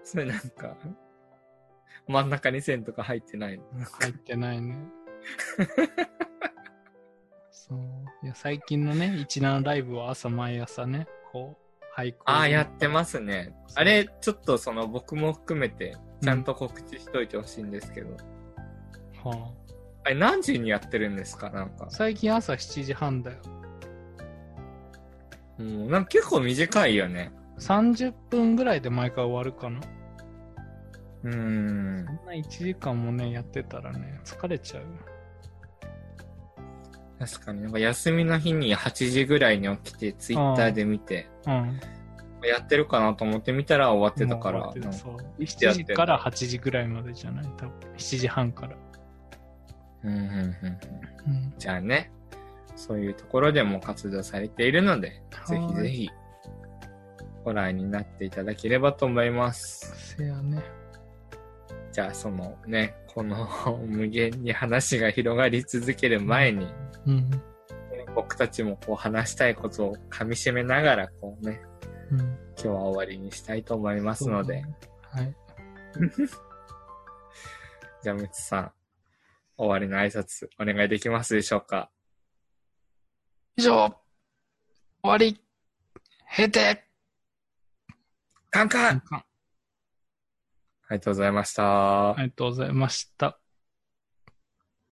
A: それなんか、真ん中に線とか入ってないの。
B: 入ってな いね。そう。いや、最近のね、17ライブは朝毎朝ね、こう、俳句を
A: ああ、やってますね。あれ、ちょっとその僕も含めて、ちゃんと告知しといてほしいんですけど。
B: は
A: あれ、何時にやってるんですかなんか
B: あ。最近朝7時半だよ。
A: うん、なんか結構短いよね。
B: 30分ぐらいで毎回終わるかな。
A: うーん。
B: そんな1時間もね、やってたらね、疲れちゃう。
A: 確かに、なんか休みの日に8時ぐらいに起きて、ツイッターで見て、
B: うん。
A: やってるかなと思ってみたら終わってたか
B: も
A: ら
B: う終。わってたそう。
A: 生きてや
B: 7
A: ってん
B: 時
A: だ
B: から8時ぐらいまでじゃない多分。7時半から。
A: うんうんうんうん
B: うん。
A: じゃあね、そういうところでも活動されているので、ぜひぜひ、ご覧になっていただければと思います。
B: せやね。
A: じゃあ、そのね、この 無限に話が広がり続ける前に、
B: うん。
A: 僕たちもこう話したいことを噛み締めながら、こうね、
B: うん。
A: 今日は終わりにしたいと思いますので、。
B: はい。
A: じゃあ、むつさん、終わりの挨拶、お願いできますでしょうか
B: 以上終わり閉店
A: カンカンありがとうございました。
B: ありがとうございました。